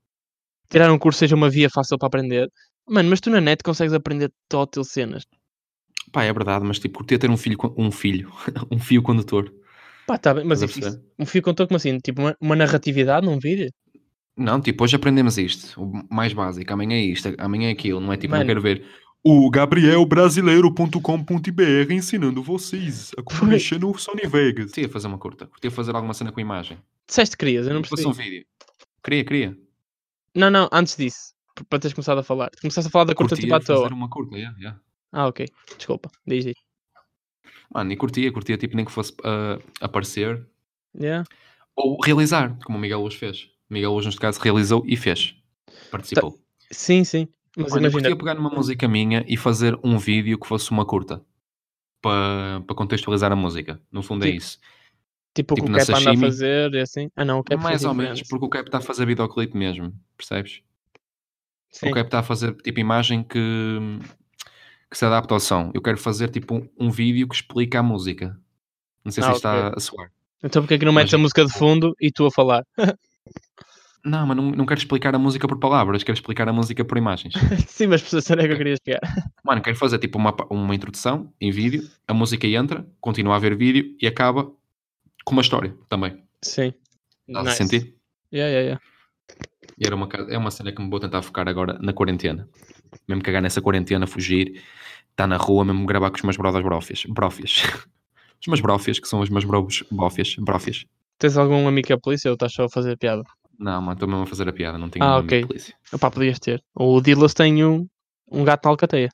[SPEAKER 2] tirar um curso seja uma via fácil para aprender. Mano, mas tu na net consegues aprender tótil cenas.
[SPEAKER 3] Pá, é verdade, mas tipo, curtia ter um filho, co- um filho, <laughs> um fio condutor.
[SPEAKER 2] Pá, tá bem, mas
[SPEAKER 3] Estás a
[SPEAKER 2] isso, isso-
[SPEAKER 3] perceber?
[SPEAKER 2] um fio contou como assim? Tipo, uma, uma narratividade num vídeo?
[SPEAKER 3] Não, tipo, hoje aprendemos isto, o mais básico. Amanhã é isto, amanhã é aquilo, não é tipo,
[SPEAKER 2] Mano.
[SPEAKER 3] não quero ver. O gabrielbrasileiro.com.br ensinando vocês a
[SPEAKER 2] Foi.
[SPEAKER 3] como mexer no Sony Vegas. Curtia fazer uma curta, curtia fazer alguma cena com imagem.
[SPEAKER 2] Disseste que querias, eu não
[SPEAKER 3] Que fosse
[SPEAKER 2] percebi.
[SPEAKER 3] um vídeo. Queria, queria.
[SPEAKER 2] Não, não, antes disso, p- para teres começado a falar. Começaste a falar da curta
[SPEAKER 3] Curtia
[SPEAKER 2] tipo à toa.
[SPEAKER 3] fazer uma curta, yeah, yeah.
[SPEAKER 2] Ah, ok. Desculpa, diz diz.
[SPEAKER 3] Mano, e curtia, curtia, tipo, nem que fosse ah, aparecer
[SPEAKER 2] Yeah.
[SPEAKER 3] ou realizar, como o Miguel Luz fez. O Miguel Luz, neste caso, realizou e fez. Participou.
[SPEAKER 2] Sim, sim. Tá, Mas
[SPEAKER 3] Olha, eu
[SPEAKER 2] imagina,
[SPEAKER 3] podia pegar numa música minha e fazer um vídeo que fosse uma curta para contextualizar a música. No fundo é
[SPEAKER 2] Tipo,
[SPEAKER 3] isso.
[SPEAKER 2] tipo, o que
[SPEAKER 3] tipo
[SPEAKER 2] o
[SPEAKER 3] na
[SPEAKER 2] Cap anda a
[SPEAKER 3] sashimi.
[SPEAKER 2] fazer e assim. Ah, não, o Cap
[SPEAKER 3] Mais
[SPEAKER 2] fez
[SPEAKER 3] ou menos,
[SPEAKER 2] diferente.
[SPEAKER 3] porque o Cap está a fazer videoclipe mesmo, percebes?
[SPEAKER 2] Sim.
[SPEAKER 3] O Cap está a fazer tipo imagem que, que se adapta ao som. Eu quero fazer tipo um, um vídeo que explica a música. Não sei se
[SPEAKER 2] Ah,
[SPEAKER 3] isto está a soar.
[SPEAKER 2] Então porque é que não metes a
[SPEAKER 3] Imagina,
[SPEAKER 2] música de fundo e tu a falar?
[SPEAKER 3] Não, mas não, não quero explicar a música por palavras, quero explicar a música por
[SPEAKER 2] <laughs>
[SPEAKER 3] imagens.
[SPEAKER 2] Sim, mas professor, será que eu queria chegar?
[SPEAKER 3] Mano, quero fazer tipo uma, pa- uma introdução em vídeo, a música entra, continua a ver vídeo e acaba com uma história também.
[SPEAKER 2] Sim.
[SPEAKER 3] Dá
[SPEAKER 2] Nice.
[SPEAKER 3] sentido?
[SPEAKER 2] Yeah, yeah, yeah.
[SPEAKER 3] E era uma, ca- é uma cena que me vou tentar focar agora na quarentena. Mesmo cagar nessa quarentena, fugir, estar na rua, mesmo gravar com os meus brothers brofias. Brofias. <laughs> Os meus brofias, que são os meus bros brofias. brofias.
[SPEAKER 2] Tens algum amigo que é polícia ou estás só a fazer piada?
[SPEAKER 3] Não, mano, estou mesmo a fazer a piada, não tenho
[SPEAKER 2] Ah,
[SPEAKER 3] nome de
[SPEAKER 2] ok.
[SPEAKER 3] polícia.
[SPEAKER 2] Opá, podias ter. O Dillas tem um, um gato na alcateia.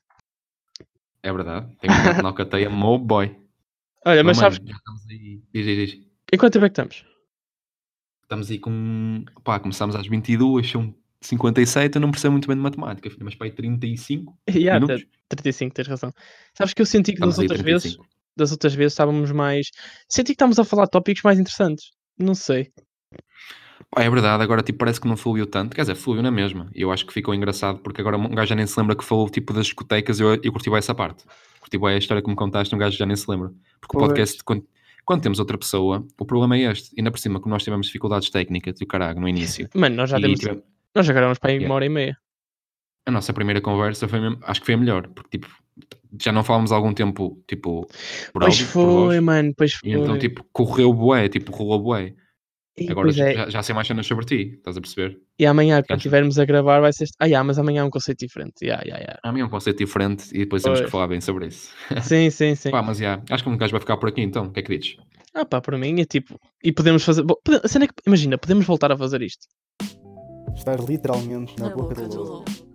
[SPEAKER 3] É verdade, tenho um
[SPEAKER 2] <laughs>
[SPEAKER 3] gato na alcateia, mo boy.
[SPEAKER 2] Olha, mas
[SPEAKER 3] mano,
[SPEAKER 2] sabes,
[SPEAKER 3] já estamos aí. Diz, diz, diz.
[SPEAKER 2] em quanto tempo é que estamos?
[SPEAKER 3] Estamos aí com. Pá, começámos às 22, são 57, eu não percebo muito bem de matemática, filho, mas pá, aí 35
[SPEAKER 2] Yeah,
[SPEAKER 3] minutos.
[SPEAKER 2] 35, tens razão. Sabes que eu senti que
[SPEAKER 3] Estamos
[SPEAKER 2] das
[SPEAKER 3] aí
[SPEAKER 2] outras vezes,
[SPEAKER 3] 35.
[SPEAKER 2] das outras vezes estávamos mais. Senti que estávamos a falar de tópicos mais interessantes. Não sei.
[SPEAKER 3] Pá, é verdade, agora tipo, parece que não fluiu tanto. Quer dizer, fluiu na mesma. E eu acho que ficou engraçado porque agora um gajo já nem se lembra que falou tipo das discotecas e eu, eu curti bem essa parte. Curti bem a história que me contaste, um gajo já nem se lembra. Porque
[SPEAKER 2] Pois.
[SPEAKER 3] o podcast, quando, quando temos outra pessoa, o problema é este. Ainda por cima, como nós tivemos dificuldades técnicas e o caralho no início.
[SPEAKER 2] Mano, nós já
[SPEAKER 3] e
[SPEAKER 2] demos.
[SPEAKER 3] tivemos-
[SPEAKER 2] Nós já gravamos para aí uma
[SPEAKER 3] Yeah.
[SPEAKER 2] hora e meia.
[SPEAKER 3] a nossa primeira conversa foi mesmo, acho que foi a melhor, porque tipo, já não falámos há algum tempo, tipo, por
[SPEAKER 2] Pois
[SPEAKER 3] áudio, por
[SPEAKER 2] foi,
[SPEAKER 3] voz.
[SPEAKER 2] mano, pois foi.
[SPEAKER 3] E então, tipo, correu bué, tipo, rolou bué.
[SPEAKER 2] Ih,
[SPEAKER 3] Agora
[SPEAKER 2] pois é.
[SPEAKER 3] já, já sei mais cenas sobre ti, estás a perceber?
[SPEAKER 2] E amanhã, quando
[SPEAKER 3] Cansa.
[SPEAKER 2] estivermos a gravar, vai ser. este- Ah, yeah, mas amanhã é um conceito diferente. Yeah, yeah, yeah.
[SPEAKER 3] Há mim é um conceito diferente e depois temos que
[SPEAKER 2] Pois.
[SPEAKER 3] falar bem sobre isso.
[SPEAKER 2] Sim, sim, sim.
[SPEAKER 3] Pá, mas já, acho que um gajo vai ficar por aqui então, o que é que dizes?
[SPEAKER 2] Ah, pá, para mim é tipo. E podemos fazer. Bom, pode- a cena é que- Imagina, podemos voltar a fazer isto.
[SPEAKER 1] Estar literalmente na,
[SPEAKER 4] na
[SPEAKER 1] boca,
[SPEAKER 4] boca
[SPEAKER 1] do
[SPEAKER 4] do
[SPEAKER 1] lobo.
[SPEAKER 4] lobo.